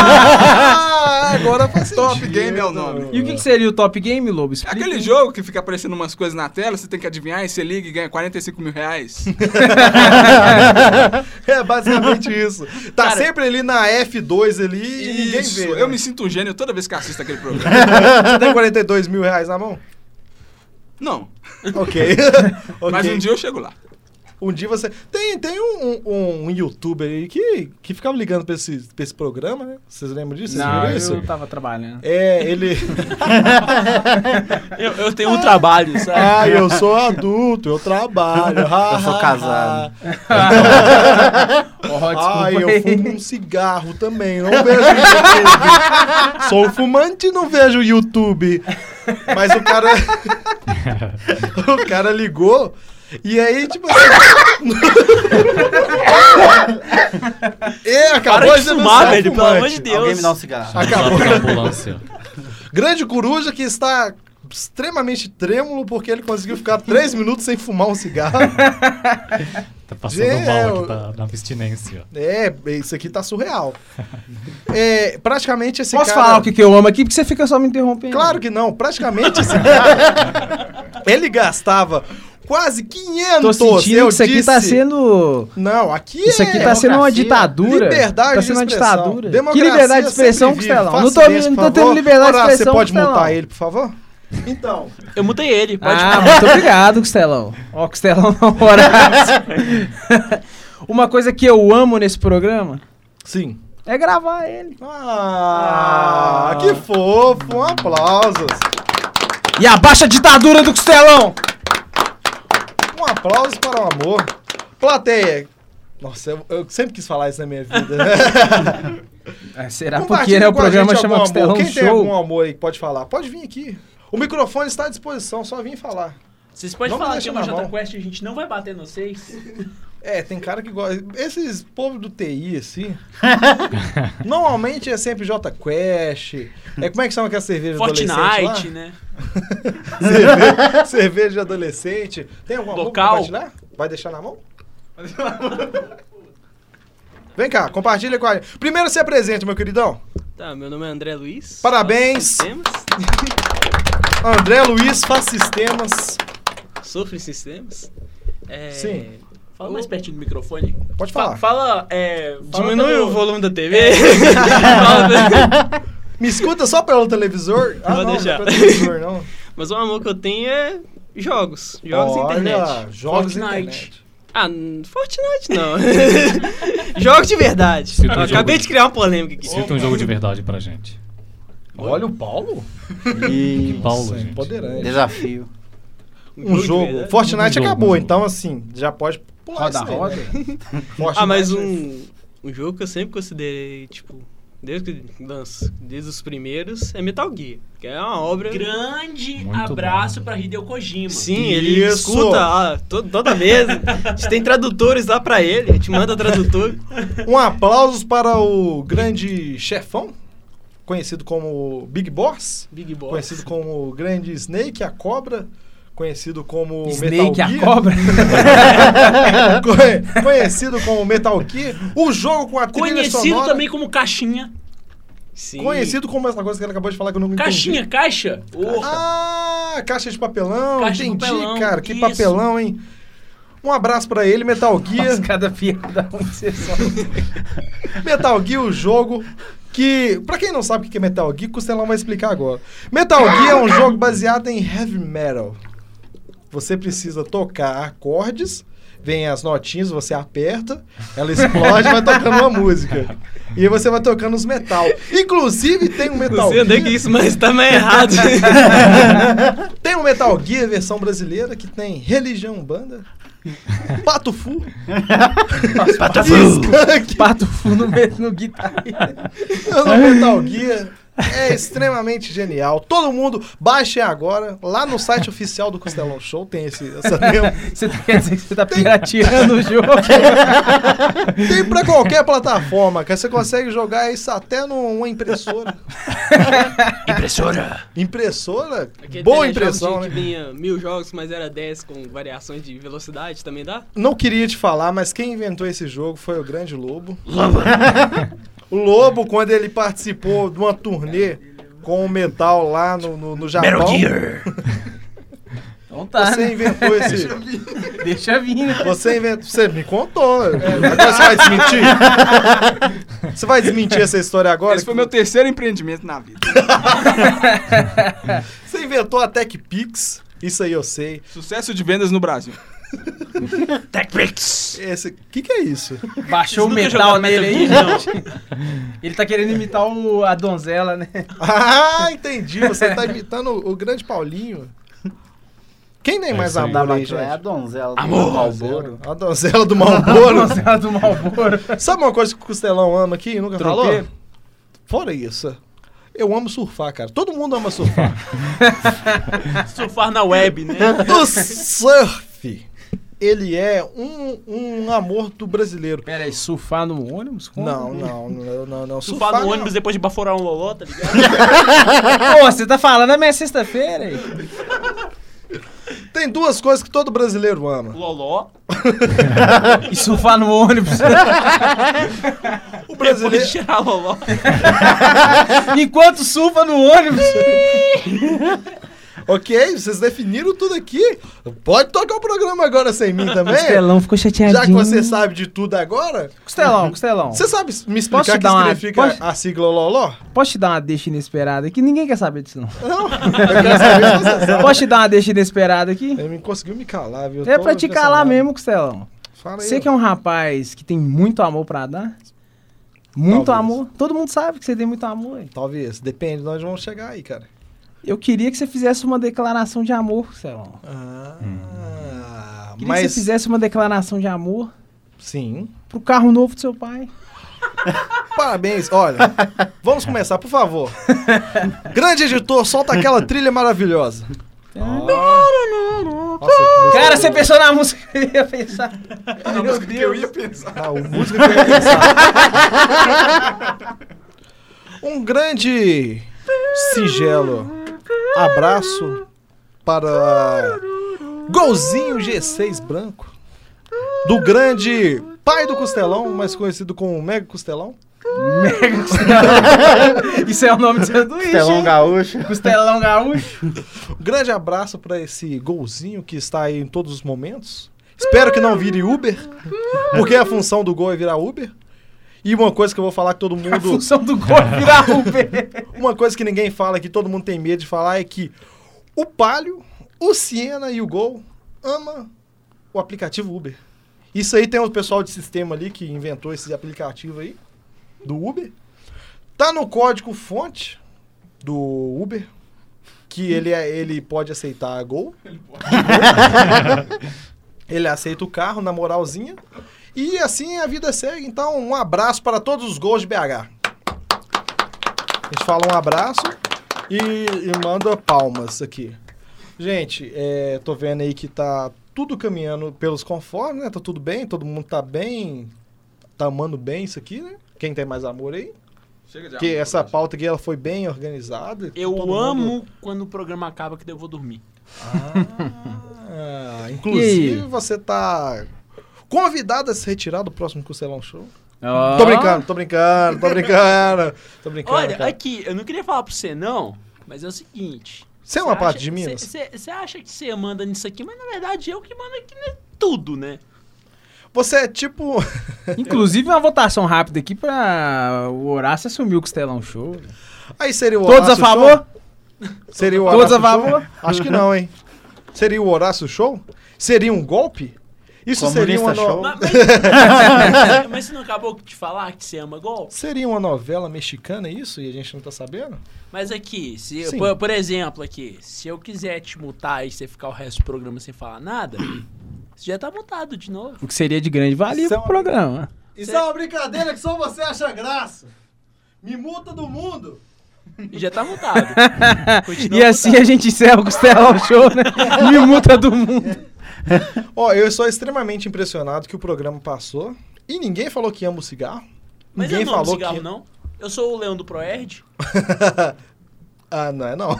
Speaker 3: Ah, agora faz
Speaker 6: *laughs* Top Game é o nome.
Speaker 4: E o que, que seria o Top Game, Lobo? Explica.
Speaker 6: Aquele jogo que fica aparecendo umas coisas na tela, você tem que adivinhar e você liga e ganha 45 mil reais.
Speaker 3: É
Speaker 6: *laughs*
Speaker 3: basicamente isso. Tá
Speaker 2: Cara,
Speaker 3: sempre ali na F2 ali *laughs* e ninguém
Speaker 6: Isso,
Speaker 3: vê. *laughs* né?
Speaker 6: Eu me sinto um gênio toda vez que assisto
Speaker 3: *laughs*
Speaker 6: aquele programa.
Speaker 3: Você tem 42 mil reais na mão?
Speaker 6: não,
Speaker 3: *laughs*
Speaker 6: *laughs*
Speaker 3: Ok. Ok.
Speaker 6: mas um dia eu chego lá.
Speaker 3: Um dia você. Tem, tem um, um, um youtuber aí que, que ficava ligando pra esse, pra esse programa, né? Vocês lembram disso? Vocês
Speaker 4: Não,
Speaker 3: viram
Speaker 4: eu
Speaker 3: isso?
Speaker 4: tava trabalhando.
Speaker 3: É, ele. *laughs*
Speaker 2: Eu, eu tenho um trabalho, sabe?
Speaker 3: Ah, eu sou adulto, eu trabalho.
Speaker 7: Eu sou casado.
Speaker 4: Ó, desculpa
Speaker 3: Ah, eu
Speaker 4: aí.
Speaker 3: fumo um cigarro também, não vejo YouTube. Sou um fumante e não vejo YouTube. Mas o cara. *laughs* o cara ligou. E aí, tipo *laughs* assim. e acabou
Speaker 2: Para de
Speaker 3: denunciar
Speaker 2: fumar,
Speaker 3: o
Speaker 2: velho, pelo amor
Speaker 3: é fumante.
Speaker 2: de
Speaker 7: Alguém
Speaker 2: Deus.
Speaker 7: me dá um cigarro.
Speaker 1: Acabou. Pra Tá ambulância.
Speaker 3: Grande coruja que está extremamente trêmulo porque ele conseguiu ficar três minutos sem fumar um cigarro.
Speaker 1: Tá passando
Speaker 3: Gel.
Speaker 1: mal aqui, tá na abstinência.
Speaker 3: É, isso aqui tá surreal. É, praticamente esse
Speaker 4: Posso
Speaker 3: cara...
Speaker 4: falar o que, que eu amo aqui? Porque você fica só me interrompendo.
Speaker 3: Claro que não, praticamente
Speaker 4: *laughs*
Speaker 3: esse cara, ele gastava quase 500,
Speaker 4: Tô sentindo
Speaker 3: eu
Speaker 4: que isso aqui
Speaker 3: disse.
Speaker 4: tá sendo...
Speaker 3: Não, aqui
Speaker 4: Isso
Speaker 3: é...
Speaker 4: aqui tá sendo uma
Speaker 7: democracia,
Speaker 4: ditadura.
Speaker 3: Liberdade
Speaker 4: tá sendo uma
Speaker 3: de expressão.
Speaker 4: ditadura.
Speaker 3: Democracia
Speaker 4: que liberdade de
Speaker 3: sempre
Speaker 4: expressão,
Speaker 3: vive.
Speaker 4: Costelão?
Speaker 3: Faça
Speaker 4: Não tô,
Speaker 3: desse,
Speaker 4: não tô
Speaker 3: por
Speaker 4: tendo
Speaker 3: favor.
Speaker 4: liberdade
Speaker 3: Horácio,
Speaker 4: de expressão,
Speaker 3: você pode
Speaker 4: Costelão.
Speaker 3: multar ele, por favor? Então,
Speaker 2: Eu mutei ele, pode
Speaker 4: Ah,
Speaker 2: falar.
Speaker 4: muito obrigado, Costelão. *laughs* Ó, Costelão não, Horácio. *laughs* Uma coisa que eu amo nesse programa
Speaker 3: sim.
Speaker 4: é gravar ele. Ah.
Speaker 3: Ah, que fofo, um aplausos.
Speaker 4: E abaixa a ditadura do Costelão!
Speaker 3: Um aplauso para o amor. Plateia. Nossa, eu, eu sempre quis falar isso na minha
Speaker 4: *laughs*
Speaker 3: vida.
Speaker 4: É, será porque né, o programa chama Costelão
Speaker 3: Quem tem
Speaker 4: Show?
Speaker 3: algum amor aí que pode falar? Pode vir aqui. O microfone está à disposição, só vim falar.
Speaker 2: Vocês podem
Speaker 3: Não me
Speaker 2: falar que
Speaker 3: deixa
Speaker 2: é uma
Speaker 3: na mão.
Speaker 2: JQuest e a gente não vai bater nos seis.
Speaker 3: É, tem cara que gosta. Esses povos do TI,
Speaker 4: *laughs*
Speaker 3: assim. normalmente é sempre J Quest. É, como é que chama aquela cerveja de adolescente?
Speaker 2: Fortnite,
Speaker 3: lá?
Speaker 2: né?
Speaker 4: *laughs*
Speaker 3: Cerveja, cerveja de adolescente. Tem alguma mão pra
Speaker 2: Local.
Speaker 3: compartilhar? Vai deixar na mão? Vem cá, compartilha com a gente. Primeiro se apresente, meu queridão.
Speaker 11: Tá, meu nome é André Luiz.
Speaker 3: Parabéns.
Speaker 11: Faço Sistemas.
Speaker 3: André Luiz faz sistemas.
Speaker 11: Sofre sistemas. É,
Speaker 3: Sim.
Speaker 2: Fala mais pertinho do microfone.
Speaker 3: Pode
Speaker 2: Fa-
Speaker 3: falar.
Speaker 2: Fala, é. fala
Speaker 11: Diminui
Speaker 2: pelo- É.
Speaker 11: o volume da TV. *laughs* Fala
Speaker 2: *laughs*
Speaker 11: pelo-
Speaker 3: Me escuta só pelo televisor? Ah,
Speaker 11: Vou
Speaker 3: não,
Speaker 11: deixar.
Speaker 3: não é pelo televisor, não.
Speaker 11: Mas o amor que eu tenho é jogos. Jogos e
Speaker 3: Olha,
Speaker 11: internet.
Speaker 3: Jogos e
Speaker 2: Fortnite.
Speaker 3: internet.
Speaker 11: Ah, n- Fortnite não. *laughs* jogos de verdade.
Speaker 1: Cita
Speaker 11: Eu
Speaker 1: um
Speaker 11: acabei
Speaker 1: jogo.
Speaker 11: de criar uma polêmica aqui.
Speaker 1: Cita um jogo de verdade pra gente.
Speaker 3: Olha o Paulo. *laughs*
Speaker 7: E
Speaker 1: Paulo, gente.
Speaker 3: Empoderante.
Speaker 7: desafio.
Speaker 3: Um jogo.
Speaker 11: verdade.
Speaker 1: Um
Speaker 3: Fortnite
Speaker 1: jogo,
Speaker 3: acabou,
Speaker 1: um jogo.
Speaker 3: então assim, já pode pular
Speaker 4: Roda,
Speaker 3: isso aí,
Speaker 4: roda.
Speaker 3: né?
Speaker 11: Ah,
Speaker 3: Fortnite
Speaker 11: mas
Speaker 3: é-
Speaker 11: um, um jogo que eu sempre considerei, tipo, desde que lanço, desde os primeiros, é Metal Gear. Que é uma obra.
Speaker 2: Grande
Speaker 1: Muito
Speaker 2: abraço
Speaker 1: bom.
Speaker 2: pra Hideo Kojima.
Speaker 11: Sim, ele
Speaker 3: Isso.
Speaker 11: escuta ah, to- toda vez. A gente tem tradutores lá pra ele, a gente manda tradutor.
Speaker 3: Um aplauso para o grande chefão, conhecido como Big Boss,
Speaker 11: Big Boss.
Speaker 3: conhecido como o grande Snake, a cobra, conhecido como
Speaker 4: Snake,
Speaker 3: Metal
Speaker 4: a
Speaker 3: Gear,
Speaker 4: cobra.
Speaker 3: *laughs* Conhe- conhecido como Metal Gear, o jogo com a trilha
Speaker 2: Conhecido
Speaker 3: sonora,
Speaker 2: também como Caixinha.
Speaker 11: Sim.
Speaker 3: conhecido como essa coisa que ele acabou de falar que eu não me
Speaker 2: Caixinha, caixa.
Speaker 3: Ah, caixa de papelão,
Speaker 2: Caixa de
Speaker 3: entendi,
Speaker 2: papelão,
Speaker 3: cara, que
Speaker 2: isso.
Speaker 3: papelão, hein? Um abraço pra ele, Metal Gear.
Speaker 4: Faz cada piada um que você só.
Speaker 3: Metal Gear, o jogo que, pra quem não sabe o que é Metal Gear, Costelão vai explicar agora. Metal Gear é um jogo baseado em heavy metal. Você precisa tocar acordes, vem as notinhas, você aperta, ela explode, vai tocando uma música. E aí você vai tocando os metal. Inclusive tem um Metal
Speaker 11: Você
Speaker 3: Gear,
Speaker 11: andei que isso, mas tá meio
Speaker 2: *laughs*
Speaker 11: errado.
Speaker 3: tem um Metal Gear versão brasileira que tem religião banda, patufu, skunk,
Speaker 4: Pato fundo mesmo no guitarra. *laughs*
Speaker 3: Eu no Metal Gear. É extremamente genial. Todo mundo baixe agora. Lá no site oficial do Costelão Show tem esse, essa demo.
Speaker 4: Você quer dizer que você tá pirateando o jogo?
Speaker 3: Tem pra qualquer plataforma, cara. Você consegue jogar isso até numa *laughs* impressora.
Speaker 2: Impressora.
Speaker 3: Impressora?
Speaker 11: Aquele
Speaker 3: Boa
Speaker 11: telejogos de-
Speaker 3: impressão, né?
Speaker 11: É Que vinha mil jogos, mas era 10 com variações de velocidade, também dá?
Speaker 3: Não queria te falar, mas quem inventou esse jogo foi o grande Lobo. *laughs* o Lobo, quando ele participou de uma turnê com o metal lá no, no, no Japão,
Speaker 4: Então tá,
Speaker 3: você
Speaker 4: né?
Speaker 3: inventou esse... é
Speaker 4: Deixa vir, né?
Speaker 3: Você inventa. Você me contou. Agora você vai desmentir? Você vai desmentir essa história agora?
Speaker 6: Esse foi meu terceiro empreendimento na vida.
Speaker 3: Você inventou a TechPix. Isso aí eu sei.
Speaker 6: Sucesso de vendas no Brasil.
Speaker 2: TechPix.
Speaker 3: Esse... Que que é isso?
Speaker 4: Baixou o
Speaker 11: Vocês nunca
Speaker 4: metal
Speaker 11: jogaram
Speaker 4: nele aí,
Speaker 11: Metal
Speaker 4: gente. *laughs* Ele tá querendo imitar o, a donzela, né? *laughs*
Speaker 3: Ah, entendi. Você tá imitando o o grande Paulinho. Quem nem
Speaker 1: É
Speaker 3: mais
Speaker 1: isso aí.
Speaker 3: amor
Speaker 7: Dava
Speaker 3: aí,
Speaker 7: que é a
Speaker 3: gente?
Speaker 7: donzela do Malboro.
Speaker 3: A donzela do
Speaker 4: A
Speaker 3: Malboro.
Speaker 4: donzela do Malboro.
Speaker 3: Sabe uma coisa que o Costelão ama aqui e nunca falou?
Speaker 4: Tropê.
Speaker 3: Fora isso. Eu amo surfar, cara. Todo mundo ama surfar.
Speaker 2: Surfar na web, né?
Speaker 3: O surf, ele é um, um amor do brasileiro.
Speaker 4: Pera aí, surfar no ônibus? Como?
Speaker 3: Não, não, não, não, não.
Speaker 2: Surfar no
Speaker 3: não.
Speaker 2: ônibus depois de baforar um loló, tá ligado?
Speaker 4: Pô, você tá falando é minha sexta-feira aí.
Speaker 3: Tem duas coisas que todo brasileiro ama.
Speaker 2: Loló.
Speaker 4: E surfar no ônibus. *laughs*
Speaker 3: O
Speaker 2: Depois
Speaker 3: brasileiro,
Speaker 2: de tirar
Speaker 3: *laughs*
Speaker 2: loló.
Speaker 4: Enquanto surfa no ônibus.
Speaker 3: ok, vocês definiram tudo aqui. Pode tocar o programa agora sem mim também.
Speaker 4: Costelão ficou chateadinho.
Speaker 3: Já que você sabe de tudo agora,
Speaker 4: Costelão, Costelão.
Speaker 3: você sabe me
Speaker 4: Posso
Speaker 3: explicar
Speaker 4: te
Speaker 3: o que
Speaker 4: dar uma-
Speaker 3: significa
Speaker 4: posso-
Speaker 3: a sigla Loló?
Speaker 4: Posso te dar uma deixa inesperada aqui? Ninguém quer saber disso, não.
Speaker 3: Não, eu quero saber se você sabe.
Speaker 4: Posso te dar uma deixa inesperada aqui?
Speaker 3: Ele me conseguiu me calar, viu?
Speaker 4: É
Speaker 3: Tô
Speaker 4: pra te calar
Speaker 3: impressionado.
Speaker 4: mesmo, Costelão.
Speaker 3: Fala aí.
Speaker 4: Você que é um rapaz que tem muito amor pra dar. Muito
Speaker 3: Talvez.
Speaker 4: amor. Todo mundo sabe que você tem muito amor. hein?
Speaker 3: Talvez, depende de onde vamos chegar aí, cara.
Speaker 4: Eu queria que você fizesse uma declaração de amor, Celão.
Speaker 3: Ah,
Speaker 4: Queria que
Speaker 3: mas
Speaker 4: você fizesse uma declaração de amor
Speaker 3: sim.
Speaker 4: pro carro novo do seu pai.
Speaker 3: Parabéns, olha. Vamos começar, por favor. Grande editor, solta aquela trilha maravilhosa. Nossa, que música
Speaker 4: Cara, você pensou na música que eu ia
Speaker 3: *laughs*
Speaker 4: pensar.
Speaker 6: A música que eu ia pensar.
Speaker 3: Ah, o músico que eu ia pensar. Um grande singelo abraço para Golzinho G6 branco do grande pai do Costelão, mais conhecido como Mega Costelão.
Speaker 4: Isso é o nome do sanduíche.
Speaker 7: Telão
Speaker 4: hein?
Speaker 7: gaúcho.
Speaker 4: Costelão Gaúcho.
Speaker 3: Um grande abraço para esse Golzinho que está aí em todos os momentos. Espero que não vire Uber, porque a função do Gol é virar Uber. E uma coisa que eu vou falar que todo
Speaker 4: A
Speaker 3: mundo
Speaker 4: função
Speaker 3: *laughs*
Speaker 4: do gol é virar Uber.
Speaker 3: Uma coisa que ninguém fala, que todo mundo tem medo de falar, é que o Palio, o Siena e o Gol ama o aplicativo Uber. Isso aí tem o pessoal de sistema ali que inventou esse aplicativo aí, do Uber. Tá no código fonte do Uber, que ele, é- ele pode aceitar a Gol. ele aceita o carro, na moralzinha. E assim a vida segue. Então, um abraço para todos os gols de BH. A gente fala um abraço e, e manda palmas aqui. Gente, é, tô vendo aí que tá tudo caminhando pelos conformes, né? Tá tudo bem, todo mundo tá bem, tá amando bem isso aqui, né? Quem tem mais amor aí?
Speaker 6: Chega de
Speaker 3: Porque
Speaker 6: amor,
Speaker 3: essa
Speaker 6: gente.
Speaker 3: pauta aqui ela foi bem organizada.
Speaker 2: Eu
Speaker 3: todo mundo-
Speaker 2: amo quando o programa acaba que daí eu vou dormir.
Speaker 3: Ah, inclusive, você tá convidado a se retirar do próximo Costelão Show.
Speaker 4: Ah.
Speaker 3: Tô brincando, tô brincando, tô brincando, tô brincando.
Speaker 2: Olha,
Speaker 3: cara.
Speaker 2: aqui, eu não queria falar pra você não, mas é o seguinte.
Speaker 3: Você é uma parte de Minas?
Speaker 2: Você acha que você manda nisso aqui, mas na verdade eu que mando aqui né, tudo,
Speaker 3: *laughs*
Speaker 2: né?
Speaker 3: Você é tipo. *laughs*
Speaker 4: Inclusive, uma votação rápida aqui pra o Horácio assumir o Costelão Show.
Speaker 3: Aí seria o
Speaker 4: Todos a
Speaker 3: Horácio
Speaker 4: favor?
Speaker 3: Show? Seria o
Speaker 4: Todos
Speaker 3: Horácio
Speaker 4: a favor?
Speaker 3: Show? Acho que não, hein? Seria o Horácio Show? Seria um golpe? Isso seria uma
Speaker 7: Comunista
Speaker 3: no-
Speaker 2: Ma- Mas, mas, você não acabou de falar que você ama gol?
Speaker 3: Seria uma novela mexicana isso? E a gente não tá sabendo?
Speaker 2: Mas aqui, se eu-
Speaker 3: Sim.
Speaker 2: por, por exemplo, aqui, se eu quiser te mutar e você ficar o resto do programa sem falar nada, você já tá mutado de novo.
Speaker 4: O que seria de grande valia
Speaker 3: Isso é
Speaker 4: pro
Speaker 3: uma-
Speaker 4: programa.
Speaker 3: Isso é uma brincadeira que só você acha graça. Me multa do mundo.
Speaker 2: E já tá mutado. Continua
Speaker 4: E assim a gente encerra o Costelão Show, né? Me muta do mundo.
Speaker 3: Ó, eu sou extremamente impressionado que o programa passou e ninguém falou que ama o cigarro.
Speaker 2: Mas
Speaker 3: ninguém
Speaker 2: eu não amo
Speaker 3: falou
Speaker 2: cigarro,
Speaker 3: que...
Speaker 2: não. Eu sou o Leão do Proerd.
Speaker 3: Ah, não *laughs* é não.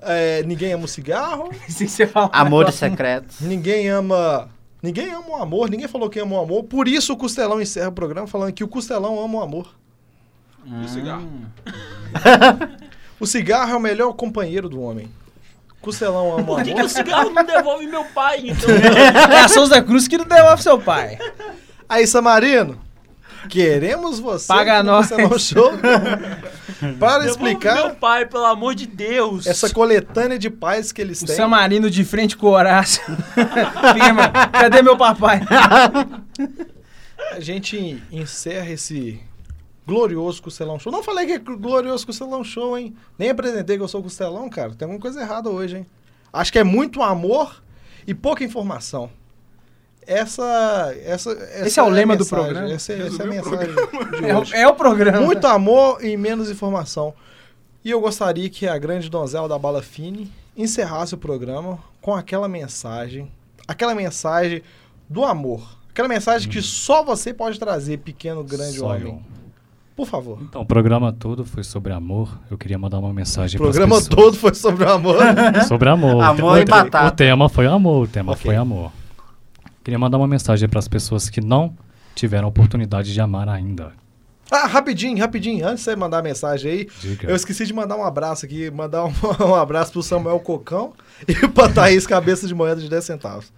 Speaker 3: É, ninguém ama o cigarro.
Speaker 4: Assim que você fala.
Speaker 7: Amores secretos.
Speaker 3: Ninguém ama. Ninguém ama o amor, ninguém falou que ama o amor. Por isso o Costelão encerra o programa falando que o Costelão ama o amor.
Speaker 6: E o cigarro?
Speaker 3: O cigarro é o melhor companheiro do homem. Costelão ama o
Speaker 2: Por que, que o
Speaker 3: amor.
Speaker 2: cigarro não devolve meu pai, então?
Speaker 4: É a Souza Cruz que não devolve seu pai.
Speaker 3: Aí, Samarino, queremos você
Speaker 4: Paga
Speaker 3: aqui no
Speaker 4: nós.
Speaker 3: Costelão
Speaker 4: *laughs*
Speaker 3: Show para
Speaker 2: Devolve meu
Speaker 3: explicar
Speaker 2: pai, pelo amor de Deus.
Speaker 3: essa coletânea de paz que eles
Speaker 4: O
Speaker 3: têm.
Speaker 4: Samarino de frente com o Horácio. Fica, mano, Cadê meu papai?
Speaker 3: A gente encerra esse glorioso Costelão Show. Não falei que é glorioso Costelão Show, hein? Nem apresentei que eu sou Costelão, cara. Tem alguma coisa errada hoje, hein? Acho que é muito amor e pouca informação. Essa, essa, essa
Speaker 4: é o lema
Speaker 3: a
Speaker 4: do
Speaker 3: mensagem,
Speaker 4: programa.
Speaker 3: Essa, é- essa é a
Speaker 6: Resumiu o
Speaker 3: mensagem.
Speaker 4: É o, é o
Speaker 1: *laughs*
Speaker 4: programa.
Speaker 3: Muito amor e menos informação. E eu gostaria que a grande donzela da Bala Fine encerrasse o programa com aquela mensagem, aquela mensagem do amor. Aquela mensagem que só você pode trazer, pequeno, grande
Speaker 1: Só
Speaker 3: homem.
Speaker 1: eu.
Speaker 3: Por favor.
Speaker 1: Então, o programa todo foi sobre amor. Eu queria mandar uma mensagem
Speaker 3: O
Speaker 1: para
Speaker 3: programa todo foi sobre o
Speaker 1: *laughs*
Speaker 3: amor.
Speaker 1: Sobre amor.
Speaker 7: Amor
Speaker 1: o,
Speaker 7: e batata.
Speaker 1: O tema foi amor, o tema
Speaker 3: Ok.
Speaker 1: foi amor. Queria mandar uma mensagem para as pessoas que não tiveram oportunidade de amar ainda.
Speaker 3: ah, rapidinho, rapidinho. Antes de você mandar a mensagem aí,
Speaker 1: Diga.
Speaker 3: eu esqueci de mandar um abraço aqui. Mandar um, *laughs* um abraço pro Samuel Cocão *laughs* e pra Thaís Cabeça de Moeda de 10 centavos.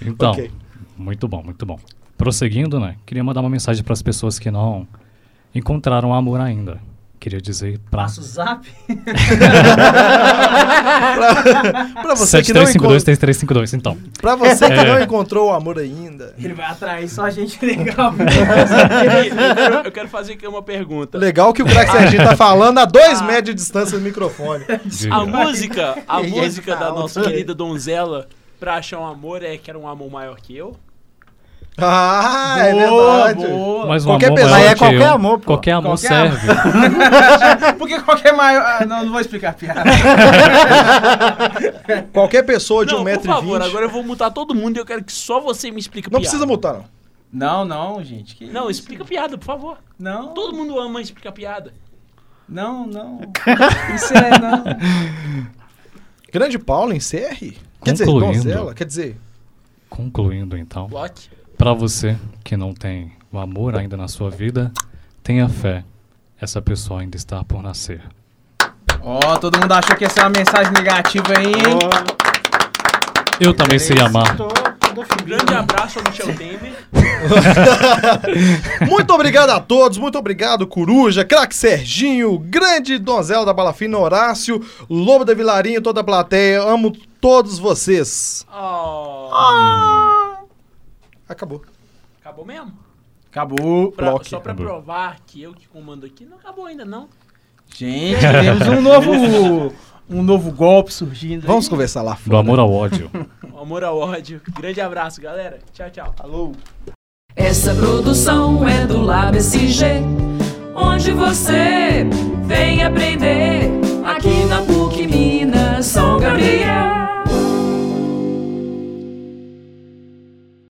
Speaker 1: Então,
Speaker 3: Ok.
Speaker 1: muito bom, muito bom. Prosseguindo, né? Queria mandar uma mensagem para as pessoas que não encontraram amor ainda. Queria dizer pra.
Speaker 7: Passa o zap?
Speaker 3: Pra- pra você que não
Speaker 1: 7352, 3352, então.
Speaker 3: Pra você que
Speaker 1: É.
Speaker 3: não encontrou o amor ainda.
Speaker 11: É
Speaker 4: Ele vai atrair só gente legal.
Speaker 2: *laughs*
Speaker 11: Eu
Speaker 3: *laughs*
Speaker 11: quero, eu quero fazer aqui uma pergunta.
Speaker 3: é Legal que o craque Serginho tá falando a
Speaker 11: Ah.
Speaker 3: dois metros de distância do
Speaker 11: *laughs*
Speaker 3: microfone.
Speaker 11: A
Speaker 2: É
Speaker 11: música,
Speaker 3: *laughs*
Speaker 11: a
Speaker 3: Ele
Speaker 11: música
Speaker 3: tá
Speaker 11: da nossa
Speaker 3: alto.
Speaker 11: querida donzela pra achar um amor é que era um amor maior que eu.
Speaker 3: Ah, é
Speaker 4: Boa,
Speaker 3: verdade.
Speaker 4: boa.
Speaker 1: Mas um
Speaker 3: Qualquer
Speaker 1: amor
Speaker 3: pessoa-
Speaker 1: maior
Speaker 7: Mas é
Speaker 1: que
Speaker 7: qualquer
Speaker 1: eu.
Speaker 7: amor, pô.
Speaker 1: Qualquer amor
Speaker 4: Qualquer amor.
Speaker 1: serve.
Speaker 4: Porque qualquer maior. Ah, não, não vou explicar a piada.
Speaker 3: Qualquer pessoa de
Speaker 11: não, por
Speaker 3: 1,20m.
Speaker 11: favor, agora eu vou mutar todo mundo e eu quero que só você me explique a
Speaker 3: Não
Speaker 11: piada.
Speaker 3: precisa multar, não.
Speaker 4: Não, não, gente. que-
Speaker 11: Não, explica a piada, por favor.
Speaker 4: Não,
Speaker 11: Todo mundo ama explicar piada.
Speaker 4: não, não. Isso é não.
Speaker 3: Grande Paulo, encerre. Quer dizer,
Speaker 1: Concluindo.
Speaker 3: donzela, quer dizer.
Speaker 1: Concluindo, então.
Speaker 11: Block.
Speaker 1: Pra você que não tem o amor ainda na sua vida, tenha fé. Essa pessoa ainda está por nascer.
Speaker 4: Ó, todo mundo achou que ia ser uma mensagem negativa aí, hein?
Speaker 1: Eu também sei amar.
Speaker 11: Um grande abraço ao Michel Temer.
Speaker 3: Muito obrigado a todos, muito obrigado, Coruja, craque Serginho, grande donzela da Balafina, Horácio, Lobo da Vilarinha, toda a plateia, amo todos vocês.
Speaker 11: Oh,
Speaker 3: Acabou.
Speaker 11: Acabou mesmo?
Speaker 4: Acabou.
Speaker 11: Pra-
Speaker 3: Block.
Speaker 11: só pra
Speaker 1: Acabou.
Speaker 11: provar que eu que comando aqui, não acabou ainda, não.
Speaker 4: Gente, temos um novo. Um novo golpe surgindo. aí.
Speaker 3: Vamos conversar lá fora.
Speaker 1: Do amor ao ódio.
Speaker 11: O amor ao ódio. Grande abraço, galera. Tchau, tchau. Alô.
Speaker 2: Essa produção é do Lab SG, onde você vem aprender aqui na PUC.